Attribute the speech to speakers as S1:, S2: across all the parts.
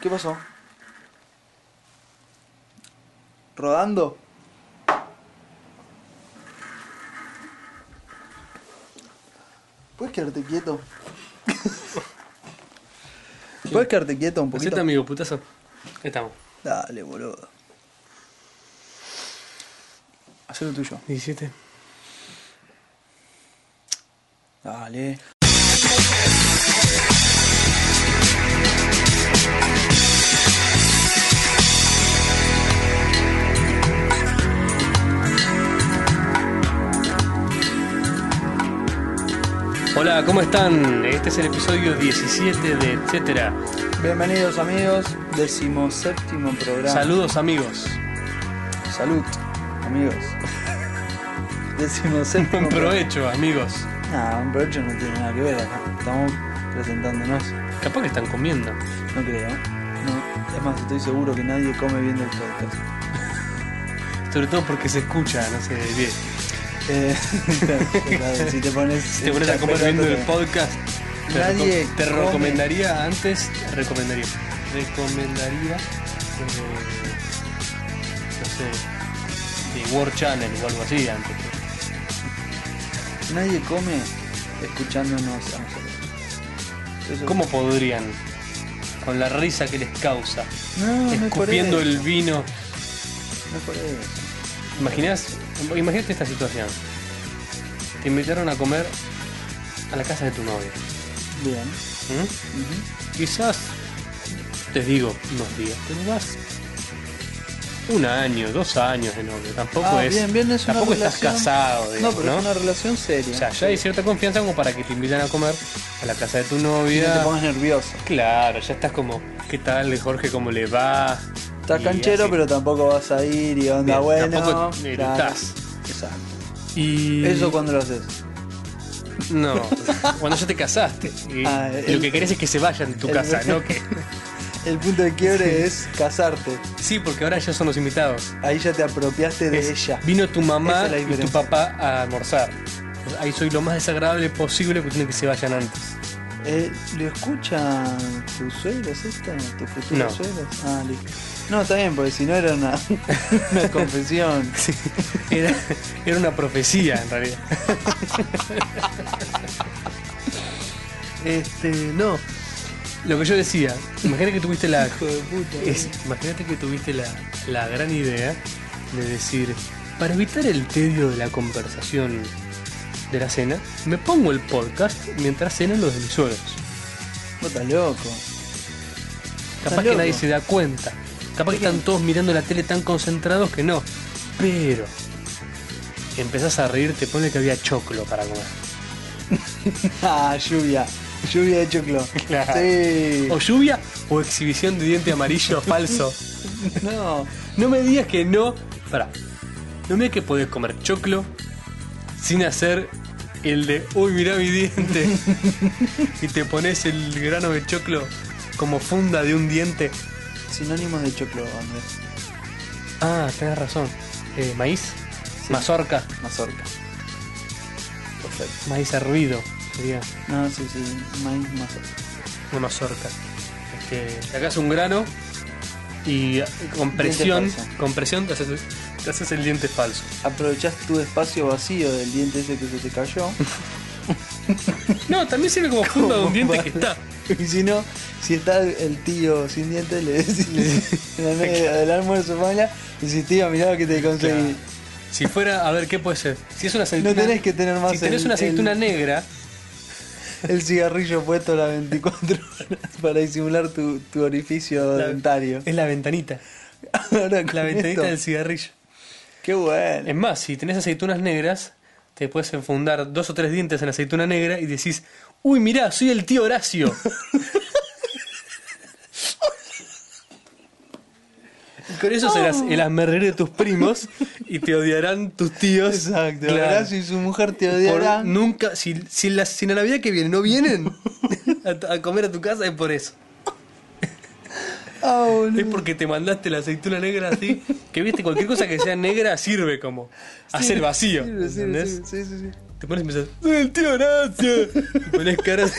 S1: ¿Qué pasó? Rodando. Puedes quedarte quieto. Puedes quedarte quieto un poquito.
S2: Acepta, amigo, putazo. Ahí estamos.
S1: Dale, boludo. Hacé lo tuyo.
S2: 17.
S1: Dale.
S2: Hola, ¿cómo están? Este es el episodio 17 de Etcétera.
S1: Bienvenidos amigos, decimoséptimo programa.
S2: Saludos, amigos.
S1: Salud, amigos. Decimoséptimo
S2: Buen provecho, amigos.
S1: programa. Nah, Ah, un provecho no tiene nada que ver acá. Estamos presentándonos.
S2: Capaz que están comiendo.
S1: No creo. No. Es más, estoy seguro que nadie come viendo el podcast.
S2: Sobre todo porque se escucha, no sé, bien.
S1: Eh, claro, si te pones,
S2: Si te pones a comer viendo el podcast, te,
S1: Nadie
S2: reco- te
S1: come.
S2: recomendaría antes. Recomendaría. Recomendaría. eh, no sé. sí, War Channel o algo así antes.
S1: Nadie come escuchándonos ah, a nosotros. Eso-
S2: ¿Cómo podrían? Con la risa que les causa.
S1: No, no es por
S2: escupiendo
S1: eso.
S2: el
S1: No
S2: vino.
S1: es por eso.
S2: Imaginás, imagínate esta situación. Te invitaron a comer a la casa de tu novia.
S1: Bien.
S2: ¿Mm?
S1: Ujú.
S2: Quizás, te digo, unos días, tendrás un año, dos años de novio. Tampoco
S1: Ah,
S2: es.
S1: bien, bien, es una
S2: tampoco estás
S1: relación-
S2: casado,
S1: No,
S2: digamos,
S1: pero
S2: ¿no?
S1: es una relación seria.
S2: O sea, ya hay cierta confianza como para que te invitan a comer a la casa de tu
S1: Y no te
S2: novia.
S1: pongas nervioso.
S2: Claro, ya estás como, ¿qué tal Jorge? ¿Cómo le va?
S1: Estás
S2: Y
S1: canchero,
S2: así.
S1: pero tampoco vas a ir y onda
S2: Bien,
S1: bueno.
S2: tampoco te
S1: claro.
S2: eructás.
S1: Exacto.
S2: Y...
S1: Eso cuando lo haces.
S2: No, cuando ya te casaste. Y
S1: Ah, el-
S2: lo que querés es que se vayan de tu
S1: el-
S2: casa, ¿no? Que...
S1: El punto de quiebre es casarte.
S2: Sí, porque ahora ya son los invitados.
S1: Ahí ya te apropiaste de
S2: Es-
S1: ella.
S2: Vino tu
S1: Esa
S2: mamá
S1: es la
S2: y tu
S1: diferencia.
S2: papá a almorzar. Ahí soy lo más desagradable posible porque tiene que se vayan antes.
S1: Eh, ¿Lo escuchan tus suegros esto? ¿Tus futuros
S2: No.
S1: suegros? Ah, listo. No, está bien, porque si no era una, una confesión.
S2: Era, era una profecía en realidad. Este, no. Lo que yo decía, imagínate que tuviste la
S1: Hijo de puta.
S2: Es- imagínate que tuviste la, la gran idea de decir, para evitar el tedio de la conversación de la cena, me pongo el podcast mientras cenan los de mis suegros.
S1: Vos estás loco.
S2: Capaz
S1: Está
S2: que
S1: loco.
S2: nadie se da cuenta. Capaz que están todos mirando la tele tan concentrados que no. Pero empezás a reírte, pone que había choclo para comer.
S1: Ah, lluvia. Lluvia de choclo.
S2: Claro.
S1: Sí.
S2: O lluvia o exhibición de diente amarillo falso.
S1: No.
S2: No me digas que no. Pará. No me digas que podés comer choclo sin hacer el de. Uy, mirá mi diente. y te pones el grano de choclo como funda de un diente.
S1: Sinónimos de choclo, Andrés.
S2: Ah, tenés razón. Eh, maíz. Mazorca.
S1: Mazorca. Perfecto.
S2: Maíz hervido. Sería
S1: No, Ah, sí, sí. Maíz mazorca.
S2: una mazorca. Este, sacás un grano y eh, con presión.
S1: falso.
S2: Con presión te haces, te haces el diente falso.
S1: Aprovechás tu espacio vacío del diente ese que se te cayó.
S2: No, también sirve como funda de
S1: Como
S2: un diente
S1: va-
S2: que está.
S1: Y si no, si está el tío sin dientes, le decís en el medio del almuerzo, familia, y si tío, mirá lo que te conseguí.
S2: Claro. Si fuera, a ver, ¿qué puede ser? Si es una aceituna.
S1: No tenés que tener más
S2: Si tenés
S1: el-
S2: una aceituna
S1: el-
S2: negra,
S1: El cigarrillo puesto las 24 horas para disimular tu, tu orificio
S2: La-
S1: dentario.
S2: es la ventanita.
S1: Ahora con
S2: La ventanita
S1: esto-
S2: del cigarrillo.
S1: Qué bueno.
S2: Es más, si tenés aceitunas negras, te puedes enfundar dos o tres dientes en la aceituna negra y decís, uy, mirá, soy el tío Horacio. Y Con eso serás el asmerrer de tus primos y te odiarán tus tíos.
S1: Exacto.
S2: Claro.
S1: Ahora si su mujer te
S2: Por
S1: odiará.
S2: nunca, si, si, la, si la Navidad que viene no vienen a, a comer a tu casa es por eso.
S1: Ah, boludo.
S2: Es porque te mandaste la aceituna negra así, que viste, cualquier cosa que sea negra sirve como hacer vacío.
S1: Sirve, sirve,
S2: ¿entendés?
S1: sirve, sí, sí, sí.
S2: Te pones y empezás, "Soy el tío Horacio! Y pones caras.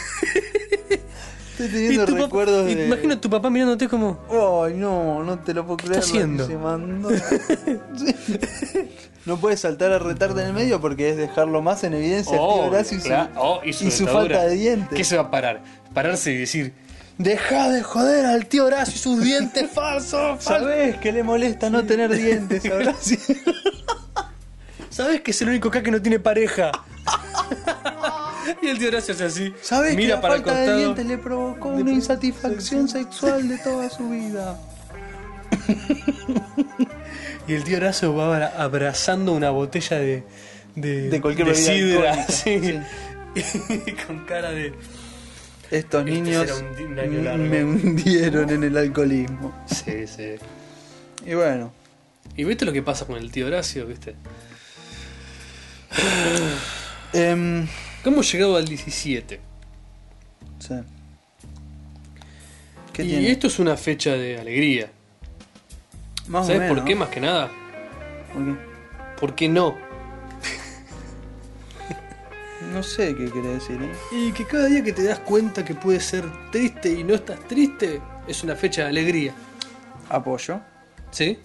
S1: Estoy
S2: Y
S1: teniendo
S2: tu papá-
S1: recuerdos de.
S2: Imagino a tu papá mirándote como.
S1: Ay, no, no te lo puedo creer.
S2: está
S1: lo que
S2: haciendo?
S1: se mandó. Sí. No puedes saltar a retarte en el medio porque es dejarlo más en evidencia. el tío Horacio y su,
S2: cla- oh, y su,
S1: Oh, y su
S2: dentadura.
S1: falta de dientes.
S2: ¿Qué se va a parar? Pararse y decir. Deja de joder al tío Horacio y sus dientes falsos. fal-
S1: ¿Sabes que le molesta no tener dientes a Horacio?
S2: ¿Sabes que es el único acá que no tiene pareja? y el tío Horacio hace así.
S1: ¿Sabes que
S2: mira
S1: la
S2: para el
S1: falta de
S2: costado.
S1: dientes le provocó una insatisfacción sexual de toda su vida?
S2: Y el tío Horacio va abra- abrazando una botella de. De,
S1: De cualquier
S2: de
S1: bebida
S2: sidra.
S1: alcohólica,
S2: sí. Y con cara de.
S1: Estos
S2: Este
S1: niños
S2: será un di- un año largo.
S1: me hundieron en el alcoholismo.
S2: Sí, sí.
S1: Y bueno,
S2: ¿Y viste lo que pasa con el tío Horacio, viste?
S1: em,
S2: Hemos llegado al 17.
S1: sí. ¿qué
S2: y
S1: tiene?
S2: esto es una fecha de alegría.
S1: Más o
S2: ¿Sabes por
S1: menos,
S2: qué
S1: ¿no?
S2: más que nada?
S1: ¿Por qué?
S2: ¿Por qué no?
S1: No sé qué quiere decir, ¿eh?
S2: Y que cada día que te das cuenta que puedes ser triste y no estás triste, es una fecha de alegría.
S1: Apoyo.
S2: ¿Sí?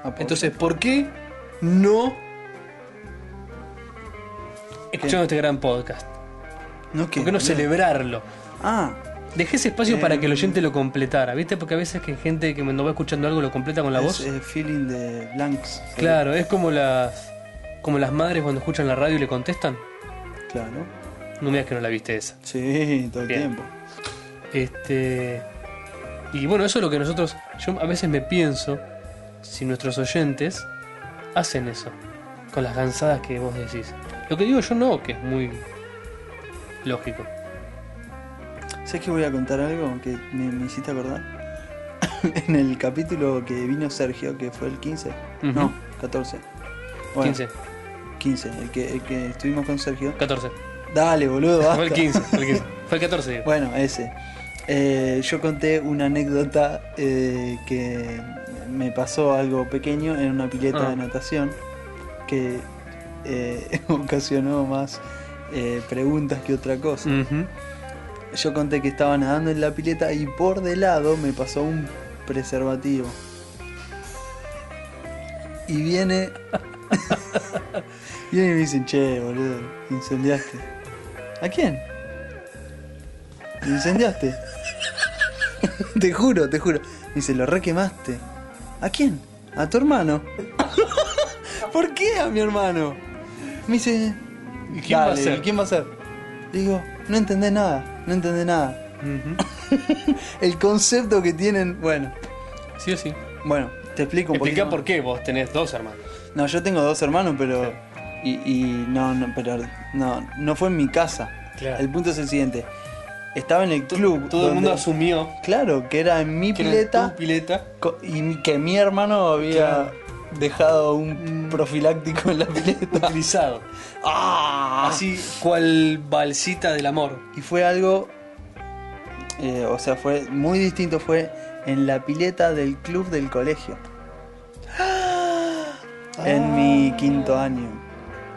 S1: apoyo.
S2: Entonces, ¿por qué no escuchamos este gran podcast?
S1: ¿no qué?
S2: ¿Por qué no celebrarlo?
S1: Ah,
S2: Dejé ese espacio para que el
S1: Em.
S2: oyente lo completara, ¿viste? Porque a veces que gente que no va escuchando algo lo completa con la
S1: es
S2: voz.
S1: eh, feeling de blanks. eh,
S2: Claro, es como las como las madres cuando escuchan la radio y le contestan.
S1: Claro.
S2: No me digas que no la viste esa.
S1: Sí, todo el
S2: Bien.
S1: tiempo.
S2: Este y bueno, eso es lo que nosotros yo a veces me pienso si nuestros oyentes hacen eso con las gansadas que vos decís. Lo que digo yo no, que es muy lógico.
S1: ¿Sabes que voy a contar algo que me, me hiciste acordar? en el capítulo que vino Sergio, que fue el 15.
S2: Ujú.
S1: No, 14. Bueno,
S2: 15,
S1: 15, el que, el que estuvimos con Sergio.
S2: 14.
S1: Dale, boludo.
S2: Fue el
S1: basta.
S2: 15, fue el 15. Fue el 14. digo.
S1: Bueno, ese. Eh, yo conté una anécdota eh, que me pasó algo pequeño en una pileta
S2: Ah.
S1: de natación que eh, ocasionó más eh, preguntas que otra cosa.
S2: Ujú.
S1: Yo conté que estaba nadando en la pileta y por de lado me pasó un preservativo. Y viene. viene y me dicen, che, boludo, incendiaste. ¿A quién? Incendiaste. te juro, te juro. Me dice, lo requemaste. ¿A quién? A tu hermano. ¿Por qué a mi hermano? Me dice.
S2: ¿Y quién va a
S1: "Dale,
S2: ser?"
S1: ¿y ¿Quién va a ser? Digo, no entendés nada, no entendés nada.
S2: Ujú.
S1: El concepto que tienen. Bueno,
S2: Sí o sí.
S1: bueno, te explico un
S2: Explica
S1: poquito
S2: por
S1: más.
S2: qué vos tenés dos hermanos.
S1: No, yo tengo dos hermanos, pero.
S2: Claro.
S1: Y, y no, no, pero. No, no fue en mi casa.
S2: Claro.
S1: El punto es el siguiente. Estaba en el club.
S2: Todo el mundo
S1: donde-
S2: asumió
S1: Claro, que era en mi
S2: que era
S1: pileta
S2: tu pileta
S1: co- y que mi hermano había
S2: Claro.
S1: dejado un profiláctico en la pileta.
S2: utilizado.
S1: ¡Ah!
S2: Así cual balsita del amor.
S1: Y fue algo. eh, o sea, fue muy distinto. Fue en la pileta del club del colegio. En
S2: Ah.
S1: mi quinto año.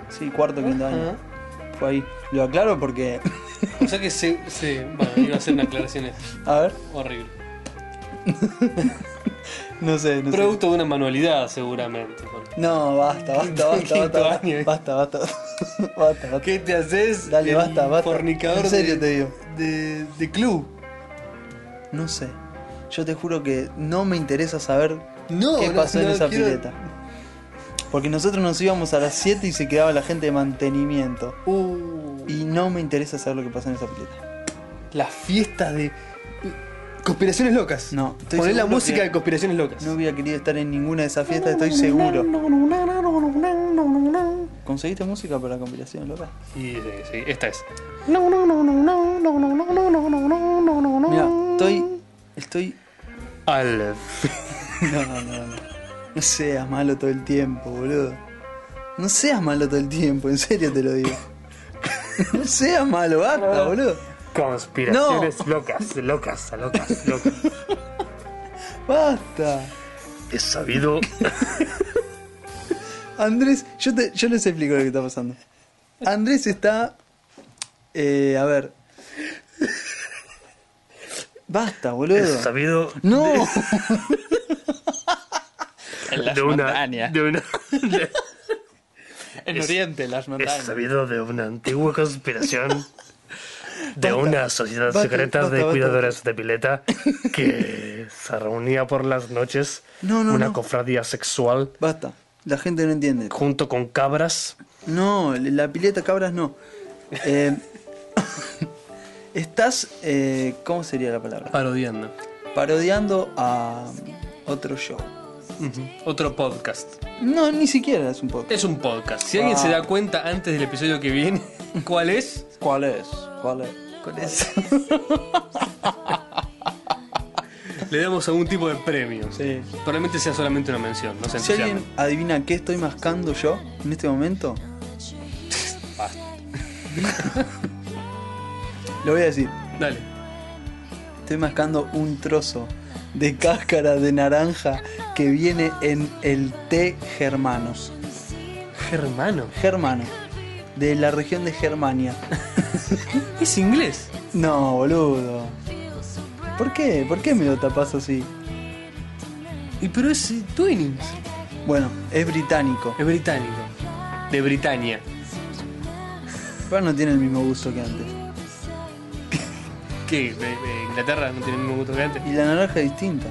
S1: Sí, cuarto, quinto año. Fue ahí. Lo aclaro porque.
S2: O sea que se, se- Bueno, iba a hacer una aclaración
S1: A ver,
S2: horrible.
S1: no sé, no sé.
S2: Producto de una manualidad, seguramente. porque-
S1: No, basta, basta, basta,
S2: Quinto
S1: basta,
S2: año. eh.
S1: basta, basta, basta, basta.
S2: ¿Qué te haces?
S1: Dale,
S2: el
S1: basta, basta.
S2: Fornicador
S1: En serio
S2: de,
S1: te digo.
S2: de- de club.
S1: No sé, yo te juro que no me interesa saber
S2: No,
S1: qué
S2: no,
S1: pasó en
S2: no
S1: esa
S2: quiero-
S1: pileta. Porque nosotros nos íbamos a las 7 y se quedaba la gente de mantenimiento.
S2: Uh,
S1: Y no me interesa saber lo que pasó en esa pileta.
S2: las fiestas de. Conspiraciones locas.
S1: No, estoy
S2: Poner la
S1: seguro
S2: música
S1: que-
S2: de conspiraciones locas.
S1: No hubiera querido estar en ninguna de esas fiestas, estoy seguro. ¿Conseguiste música para la compilación, loca?
S2: Y sí, sí, esta es.
S1: Mira, estoy. Estoy.
S2: Alf.
S1: No, no, no. No seas malo todo el tiempo, boludo. No seas malo todo el tiempo, en serio te lo digo. No seas malo, basta, boludo.
S2: Conspiraciones locas, locas, locas, locas.
S1: Basta.
S2: Es sabido.
S1: Andrés, yo, te, yo les explico lo que está pasando. Andrés está. eh, a ver. Basta, boludo.
S2: Es sabido
S1: No,
S2: de,
S3: En las
S2: una.
S3: montañas.
S2: De una de-
S3: En Oriente, las
S2: es
S3: montañas.
S2: sabido de una antigua conspiración de una sociedad
S1: Basta,
S2: secreta
S1: basta,
S2: de
S1: basta,
S2: cuidadores de pileta que se reunía por las noches
S1: No, no,
S2: una
S1: no.
S2: cofradía sexual
S1: basta. La gente no entiende.
S2: junto con cabras.
S1: No, la pileta cabras no. Eh, estás, eh, ¿cómo sería la palabra?
S2: Parodiando.
S1: Parodiando a um, otro show.
S2: Otro podcast.
S1: No, ni siquiera es un podcast.
S2: Es un podcast. Si alguien
S1: Ah.
S2: se da cuenta antes del episodio que viene, ¿cuál es?
S1: ¿Cuál es? ¿Cuál es? ¿Cuál es?
S2: Le damos algún tipo de premio.
S1: Sí.
S2: Probablemente sea solamente una mención, no se
S1: Si alguien adivina qué estoy mascando yo en este momento, lo voy a decir.
S2: entusiasmen. Dale.
S1: Estoy mascando un trozo de cáscara de naranja que viene en el té germanos.
S2: Germano.
S1: Germano, de la región de Germania.
S2: Es inglés.
S1: No, boludo. ¿Por qué? ¿Por qué me lo tapas así?
S2: Y pero es eh, Twinings.
S1: Bueno, es británico.
S2: Es británico. De Britania.
S1: Pero no tiene el mismo gusto que antes.
S2: ¿Qué? ¿De, de Inglaterra no tiene el mismo gusto que antes?
S1: Y la naranja es distinta.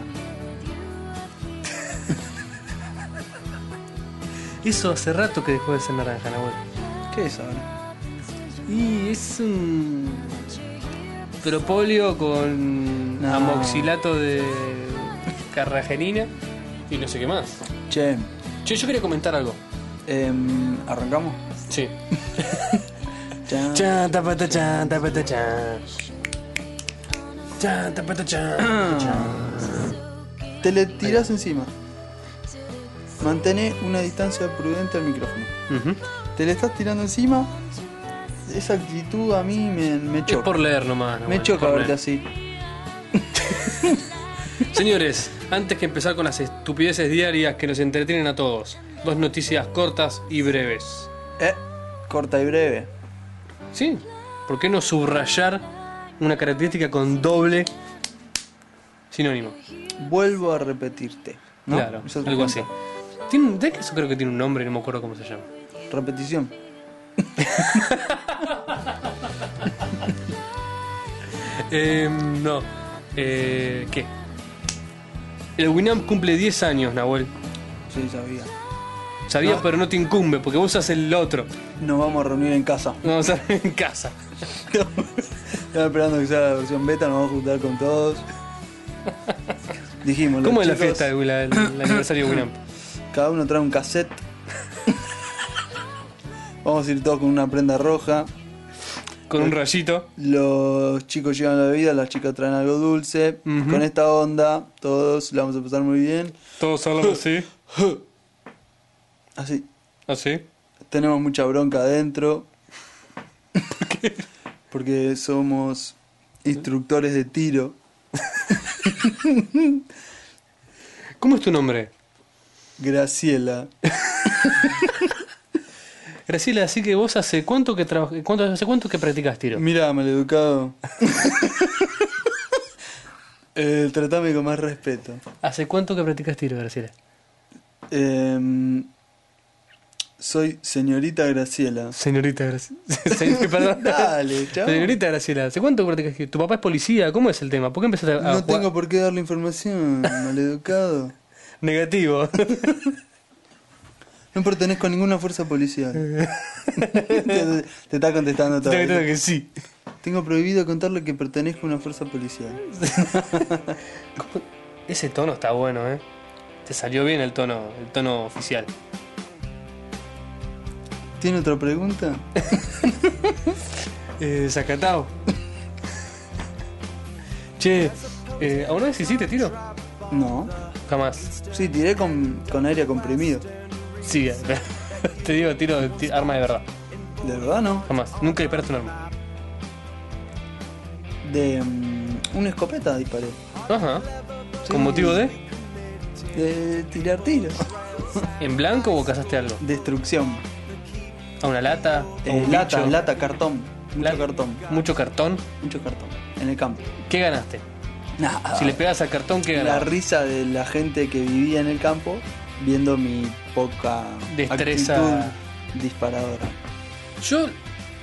S2: Eso hace rato que dejó de ser naranja, Nahuel.
S1: ¿Qué es ahora?
S2: Y es un. Propolio con
S1: No.
S2: amoxilato de carragenina y no sé qué más.
S1: Che,
S2: Che, yo quería comentar algo.
S1: em, ¿arrancamos?
S2: Sí.
S1: Chan.
S2: Chan, tapata, chan, tapata, chan. Chan, tapata, chan, tapata, chan.
S1: Ah. Te le tirás encima. Mantén una distancia prudente al micrófono. Te le estás tirando encima. Esa actitud a mí me, me
S2: Es
S1: choca.
S2: por leer nomás.
S1: Me
S2: Nahuel,
S1: choca
S2: por
S1: verte
S2: leer.
S1: así.
S2: Señores, antes que empezar con las estupideces diarias que nos entretienen a todos, dos noticias cortas y breves.
S1: Eh, corta y breve.
S2: ¿Sí? ¿Por qué no subrayar una característica con doble sinónimo?
S1: Vuelvo a repetirte. ¿no?
S2: Claro,
S1: Eso te
S2: algo así.
S1: cuenta.
S2: Tiene, un- ¿sabes que eso creo que tiene un nombre, no me acuerdo cómo se llama.
S1: Repetición.
S2: Eh, no. Eh, ¿Qué? El Winamp cumple 10 años, Nahuel.
S1: Sí, sabía.
S2: Sabías,
S1: No.
S2: pero no te incumbe, porque vos usas el otro.
S1: Nos vamos a reunir en casa.
S2: No, usas en casa.
S1: Estaba esperando que sea la versión beta, nos vamos a juntar con todos. Dijimos, los
S2: ¿Cómo es la
S1: chicos,
S2: fiesta del la- el aniversario de Winamp?
S1: Cada uno trae un cassette. vamos a ir todos con una prenda roja.
S2: Con un rayito.
S1: Los chicos llevan la bebida, las chicas traen algo dulce.
S2: Ujú.
S1: Con esta onda, todos la vamos a pasar muy bien.
S2: Todos hablan así.
S1: Así,
S2: Así.
S1: tenemos mucha bronca adentro. Porque somos instructores de tiro.
S2: ¿Cómo es tu nombre?
S1: Graciela.
S2: Graciela, así que vos hace cuánto que trabaj- cuánto, hace cuánto que practicas tiro.
S1: Mirá, maleducado. eh, tratame con más respeto.
S2: ¿Hace cuánto que practicas tiro, Graciela?
S1: Em, soy señorita Graciela.
S2: Señorita Graciela. Perdón.
S1: Dale, chao.
S2: Señorita Graciela, ¿hace cuánto que practicas tiro? ¿Tu papá es policía? ¿Cómo es el tema? ¿Por qué empezaste a, a
S1: No
S2: jugar?
S1: tengo por qué darle información, maleducado.
S2: Negativo.
S1: No pertenezco a ninguna fuerza policial. te, te está contestando todo.
S2: Tengo que sí.
S1: Tengo prohibido contarle que pertenezco a una fuerza policial.
S2: Ese tono está bueno, ¿eh? Te salió bien el tono, el tono oficial.
S1: ¿Tiene otra pregunta?
S2: Eh, Zacatao. che, eh, ¿alguna vez hiciste tiro?
S1: No.
S2: Jamás.
S1: Sí, tiré con, con aire comprimido.
S2: Sí, eh, te digo tiro, de ti- arma de verdad.
S1: De verdad no.
S2: Jamás. Nunca disparaste un arma.
S1: De mm, una escopeta disparé.
S2: Ajá.
S1: Sí.
S2: ¿Con motivo de?
S1: De tirar tiros.
S2: ¿En blanco o cazaste algo?
S1: Destrucción.
S2: ¿A una lata? ¿A
S1: Eh,
S2: un
S1: lata,
S2: bicho?
S1: lata, cartón. Mucho
S2: Lata.
S1: cartón.
S2: ¿Mucho cartón?
S1: Mucho cartón. En el campo.
S2: ¿Qué ganaste?
S1: Nah.
S2: Si le pegas a cartón, ¿qué
S1: la
S2: ganas?
S1: risa de la gente que vivía en el campo viendo mi poca
S2: Destreza.
S1: actitud disparadora.
S2: Yo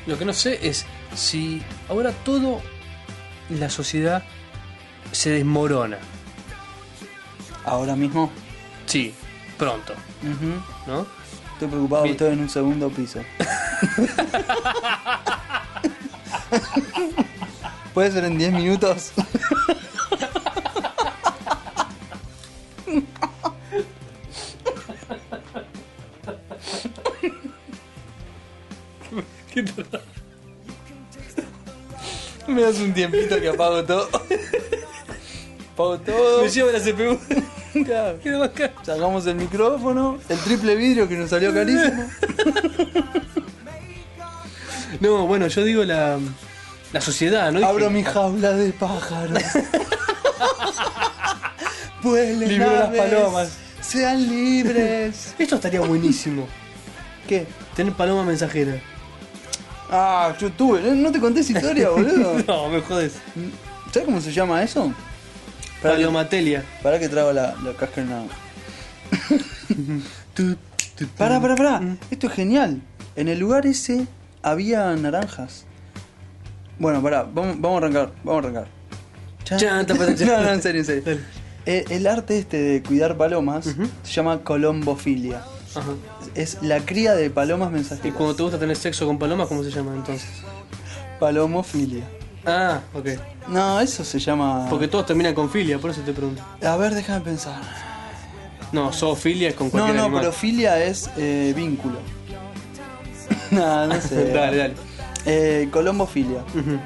S2: lo que no sé es si ahora todo en la sociedad se desmorona.
S1: Ahora mismo
S2: Sí, pronto,
S1: ujú,
S2: ¿no?
S1: estoy preocupado,
S2: Mi-
S1: estoy en un segundo piso. ¿Puede ser en 10 minutos? Me das un tiempito que apago todo. Apago todo.
S2: Me llevo la CPU.
S1: Claro.
S2: Queda más caro.
S1: Sacamos el micrófono, el triple vidrio que nos salió carísimo.
S2: No, bueno, yo digo la, la sociedad, ¿no?
S1: Abro mi jaula de pájaros. Vuelen
S2: Libero las
S1: aves,
S2: palomas.
S1: Sean libres.
S2: Esto estaría buenísimo.
S1: ¿Qué?
S2: Tener paloma mensajera.
S1: Ah, yo tuve. No, no te conté esa historia, boludo.
S2: No, me jodes.
S1: ¿Sabes cómo se llama eso? Pará que,
S2: Paleomatelia.
S1: pará que trago la, la casca en la- Pará, pará, pará. Esto es genial. En el lugar ese había naranjas. Bueno, pará. Vamos, vamos a arrancar. Vamos a arrancar. Chan.
S2: Chan, ta, pa, chan.
S1: No, no, en serio, en serio.
S2: Dale.
S1: El, el arte este de cuidar palomas
S2: Ujú.
S1: se llama colombofilia.
S2: Ajá.
S1: Es la cría de palomas
S2: Y
S1: mensajeras.
S2: cuando te gusta tener sexo con palomas, ¿cómo se llama entonces?
S1: Palomofilia.
S2: Ah, ok.
S1: No, eso se llama...
S2: Porque todos terminan con filia, por eso te pregunto.
S1: A ver, déjame pensar.
S2: No, zoofilia es con
S1: No,
S2: cualquier
S1: no,
S2: animal.
S1: pero filia es eh, vínculo. no, no sé.
S2: Dale, dale.
S1: Eh, colombofilia.
S2: Ujú.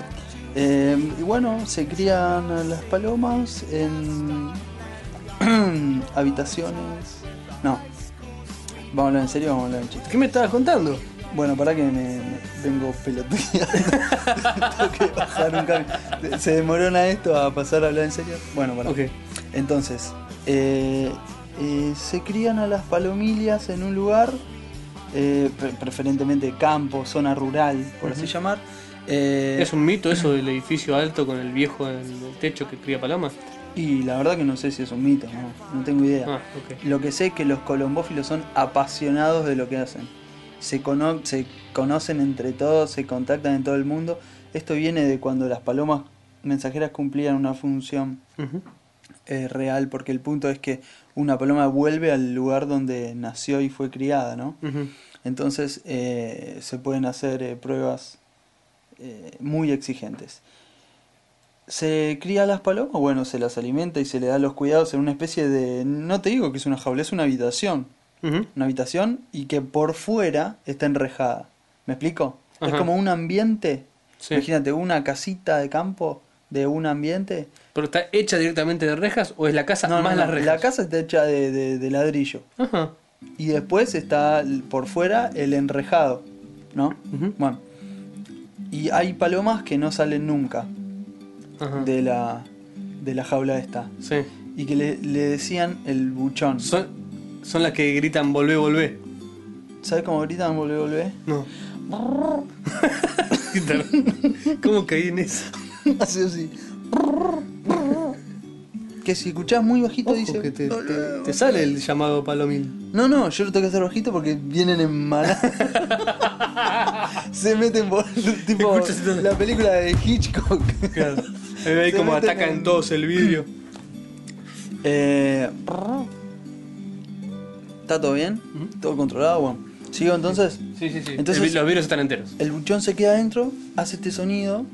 S1: Eh, y bueno, se crían a las palomas en habitaciones. No. Vamos a hablar en serio, o vamos a hablar en chiste.
S2: ¿Qué me estabas contando?
S1: Bueno, para que me, me- vengo pelotudeando. Tengo que bajar un cambio. Se demorona esto a pasar a hablar en serio. Bueno, para.
S2: Ok.
S1: Entonces, eh, eh, se crían a las palomillas en un lugar, eh, pre- preferentemente campo, zona rural, por así llamar. Eh,
S2: ¿Es un mito eso del edificio alto con el viejo en el techo que cría palomas?
S1: Y la verdad que no sé si es un mito, no, no tengo idea.
S2: Ah, ok.
S1: Lo que sé es que los colombófilos son apasionados de lo que hacen. Se, cono- se conocen entre todos, se contactan en todo el mundo. Esto viene de cuando las palomas mensajeras cumplían una función
S2: Ujú.
S1: eh, real, porque el punto es que una paloma vuelve al lugar donde nació y fue criada, ¿no?
S2: Ujú.
S1: Entonces eh, se pueden hacer eh, pruebas eh, muy exigentes. ¿Se cría las palomas? Bueno, se las alimenta y se le da los cuidados en una especie de... No te digo que es una jaula, es una habitación.
S2: Ujú.
S1: Una habitación y que por fuera está enrejada. ¿Me explico? Es
S2: Ajá.
S1: como un ambiente.
S2: Sí.
S1: Imagínate, una casita de campo de un ambiente.
S2: ¿Pero está hecha directamente de rejas o es la casa
S1: No, no,
S2: más
S1: no,
S2: las rejas?
S1: La casa está hecha de, de- de ladrillo.
S2: Ajá.
S1: Y después está l- por fuera el enrejado, ¿no?
S2: Ujú.
S1: Bueno. Y hay palomas que no salen nunca
S2: Ajá.
S1: de la, de la jaula esta.
S2: Sí.
S1: Y que le, le decían el buchón.
S2: Son, son las que gritan volvé, volvé.
S1: ¿Sabes cómo gritan volvé, volvé?
S2: No. ¿Cómo caí en eso?
S1: Así así. que si escuchás muy bajito dice.
S2: Ojo que te, te- te sale el llamado palomín.
S1: No, no, yo lo tengo que hacer bajito porque vienen en mala. Se meten por tipo
S2: Escuchas todo.
S1: la película de Hitchcock.
S2: Claro. Ahí ve
S1: Se
S2: cómo
S1: meten
S2: atacan
S1: en-
S2: todos el vidrio.
S1: Eh, ¿Está todo bien? ¿Todo controlado? Bueno, sigo entonces.
S2: Sí, sí, sí.
S1: Entonces-
S2: los vidrios están enteros.
S1: El buchón se queda adentro, hace este sonido.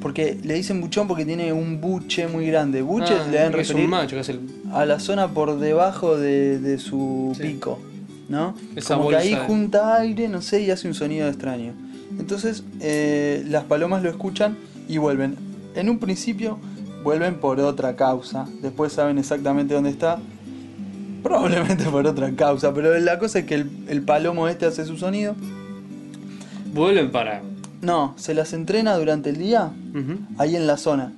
S1: Porque le dicen buchón porque tiene un buche muy grande. Buche
S2: Ah,
S1: le dan
S2: es un
S1: referir
S2: macho que hace el.
S1: a la zona por debajo de, de su
S2: Sí.
S1: pico, ¿no?
S2: Esa
S1: Como que ahí
S2: bolsa de-
S1: junta aire, no sé, y hace un sonido extraño. Entonces, eh, las palomas lo escuchan y vuelven. En un principio, vuelven por otra causa. Después saben exactamente dónde está. Probablemente por otra causa, pero la cosa es que el, el palomo este hace su sonido.
S2: Vuelven para.
S1: No, se las entrena durante el día
S2: Ujú.
S1: ahí en la zona.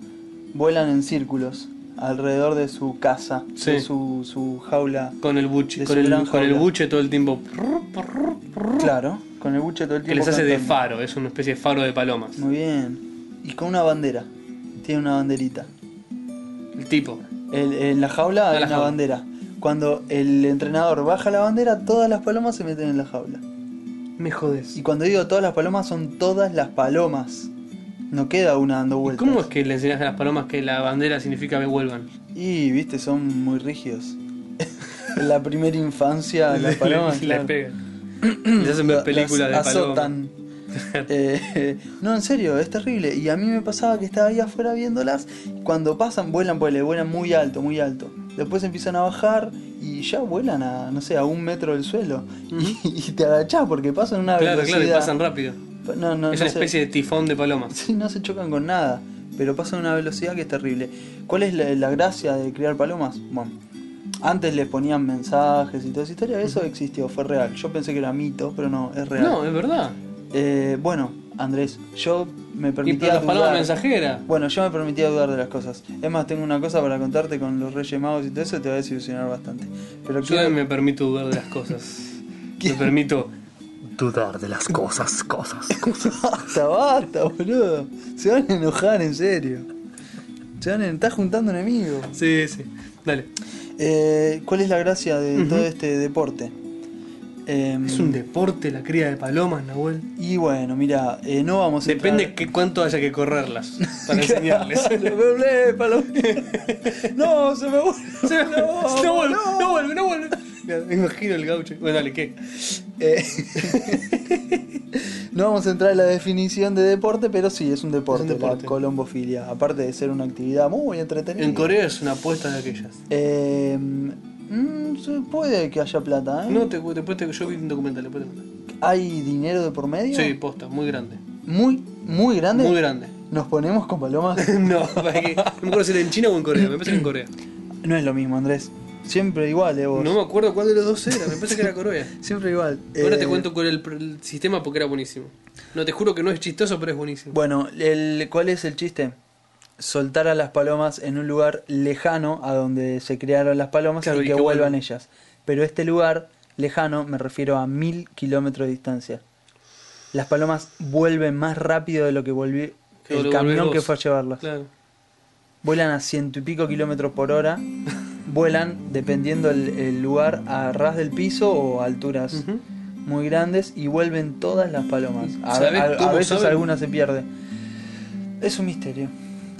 S1: Vuelan en círculos alrededor de su casa,
S2: Sí.
S1: de su, su jaula.
S2: Con el buche.
S1: De
S2: Con
S1: su
S2: el,
S1: gran
S2: con el
S1: jaula.
S2: buche todo el tiempo.
S1: Claro, con el buche todo el
S2: Que
S1: tiempo.
S2: les hace de
S1: cantando.
S2: faro. Es una especie de faro de palomas.
S1: Muy bien. Y con una bandera. Tiene una banderita.
S2: El tipo.
S1: El- en la jaula hay
S2: la
S1: una
S2: jaula.
S1: bandera. Cuando el entrenador baja la bandera, todas las palomas se meten en la jaula.
S2: Me jodes.
S1: Y cuando digo todas las palomas, son todas las palomas. No queda una dando
S2: ¿Y
S1: vueltas.
S2: cómo es que le enseñas a las palomas que la bandera significa que vuelvan?
S1: Y viste, son muy rígidos. en la primera infancia, Ah, las
S3: Les-
S1: palomas.
S3: les-
S1: claro.
S3: Les pegan. Les hacen ver
S1: La-
S3: películas de
S1: Mm. las
S3: palomas.
S1: azotan. Eh, no, en serio, es terrible. Y a mí me pasaba que estaba ahí afuera viéndolas. Cuando pasan, vuelan, pues le vuelan muy alto, muy alto. Después empiezan a bajar y ya vuelan a, no sé, a un metro del suelo. y, y te agachás porque pasan a una
S2: Claro,
S1: Ah, velocidad.
S2: claro, y pasan rápido.
S1: No, no, no
S2: es una
S1: sé.
S2: especie de tifón de palomas.
S1: Sí, no se chocan con nada, pero pasan a una velocidad que es terrible. ¿Cuál es la, la gracia de criar palomas? Bueno, antes les ponían mensajes y toda esa historia, eso existió, fue real. Yo pensé que era mito, pero no, es real.
S2: No, es verdad.
S1: Eh, bueno, Andrés, yo me
S2: Y pero
S1: permitía
S2: las palomas
S1: dudar.
S2: mensajeras.
S1: Bueno, yo me permitía dudar de las cosas. Es más, tengo una cosa para contarte con los Reyes Magos y todo eso, te va a desilusionar bastante. Pero
S2: Yo
S1: quiero-
S2: también me permito dudar de las cosas. Me permito
S3: Dudar de las cosas, cosas, cosas.
S1: Basta, basta, boludo. Se van a enojar, en serio. Se van a... Estás juntando enemigos.
S2: Sí, sí. Dale.
S1: Eh, ¿Cuál es la gracia de todo este deporte? Em,
S2: Es un deporte la cría de palomas, Nahuel.
S1: Y bueno, mira, eh, no vamos a
S2: Depende
S1: entrar-
S2: que cuánto haya que correrlas para enseñarles.
S1: Claro, me hablé, palo- no, se me
S2: Se-
S1: vuelve.
S2: no vuelve, no vuelve, no vuelve. Mira, Me imagino el gaucho. Bueno, dale, ¿qué?
S1: Eh, no vamos a entrar en la definición de deporte, pero sí, es un deporte,
S2: deporte.
S1: la colombofilia. Aparte de ser una actividad muy entretenida.
S2: En Corea es una apuesta de aquellas.
S1: Em, mm, se puede que haya plata, ¿eh?
S2: No, te, después te, yo vi un documental, después te cuento.
S1: ¿Hay dinero de por medio?
S2: Sí, posta, muy grande.
S1: Muy, muy grande.
S2: Muy grande.
S1: Nos ponemos con palomas.
S2: No, para que, no me acuerdo si era en China o en Corea, me parece que en Corea.
S1: No es lo mismo, Andrés. Siempre igual, eh, vos.
S2: No me acuerdo cuál de los dos era, me parece que era Corea.
S1: Siempre igual.
S2: Ahora
S1: Eh,
S2: te cuento con el, el sistema porque era buenísimo. No, te juro que no es chistoso, pero es buenísimo.
S1: Bueno, el, ¿cuál es el chiste? Soltar a las palomas en un lugar lejano a donde se crearon las palomas
S2: Claro,
S1: y,
S2: y
S1: que,
S2: que
S1: vuelvan
S2: vuelvan.
S1: ellas. Pero este lugar lejano me refiero a mil kilómetros de distancia. Las palomas vuelven más rápido de lo que volvió
S2: Que
S1: el
S2: lo
S1: camión
S2: volvés
S1: que
S2: vos.
S1: fue a llevarlas.
S2: Claro.
S1: Vuelan a ciento y pico kilómetros por hora. Vuelan, dependiendo el, el lugar, a ras del piso o a alturas
S2: Ujú.
S1: muy grandes y vuelven todas las palomas. A,
S2: ¿Sabés
S1: a- a
S2: cómo
S1: veces
S2: saben?
S1: alguna se pierde. Es un misterio.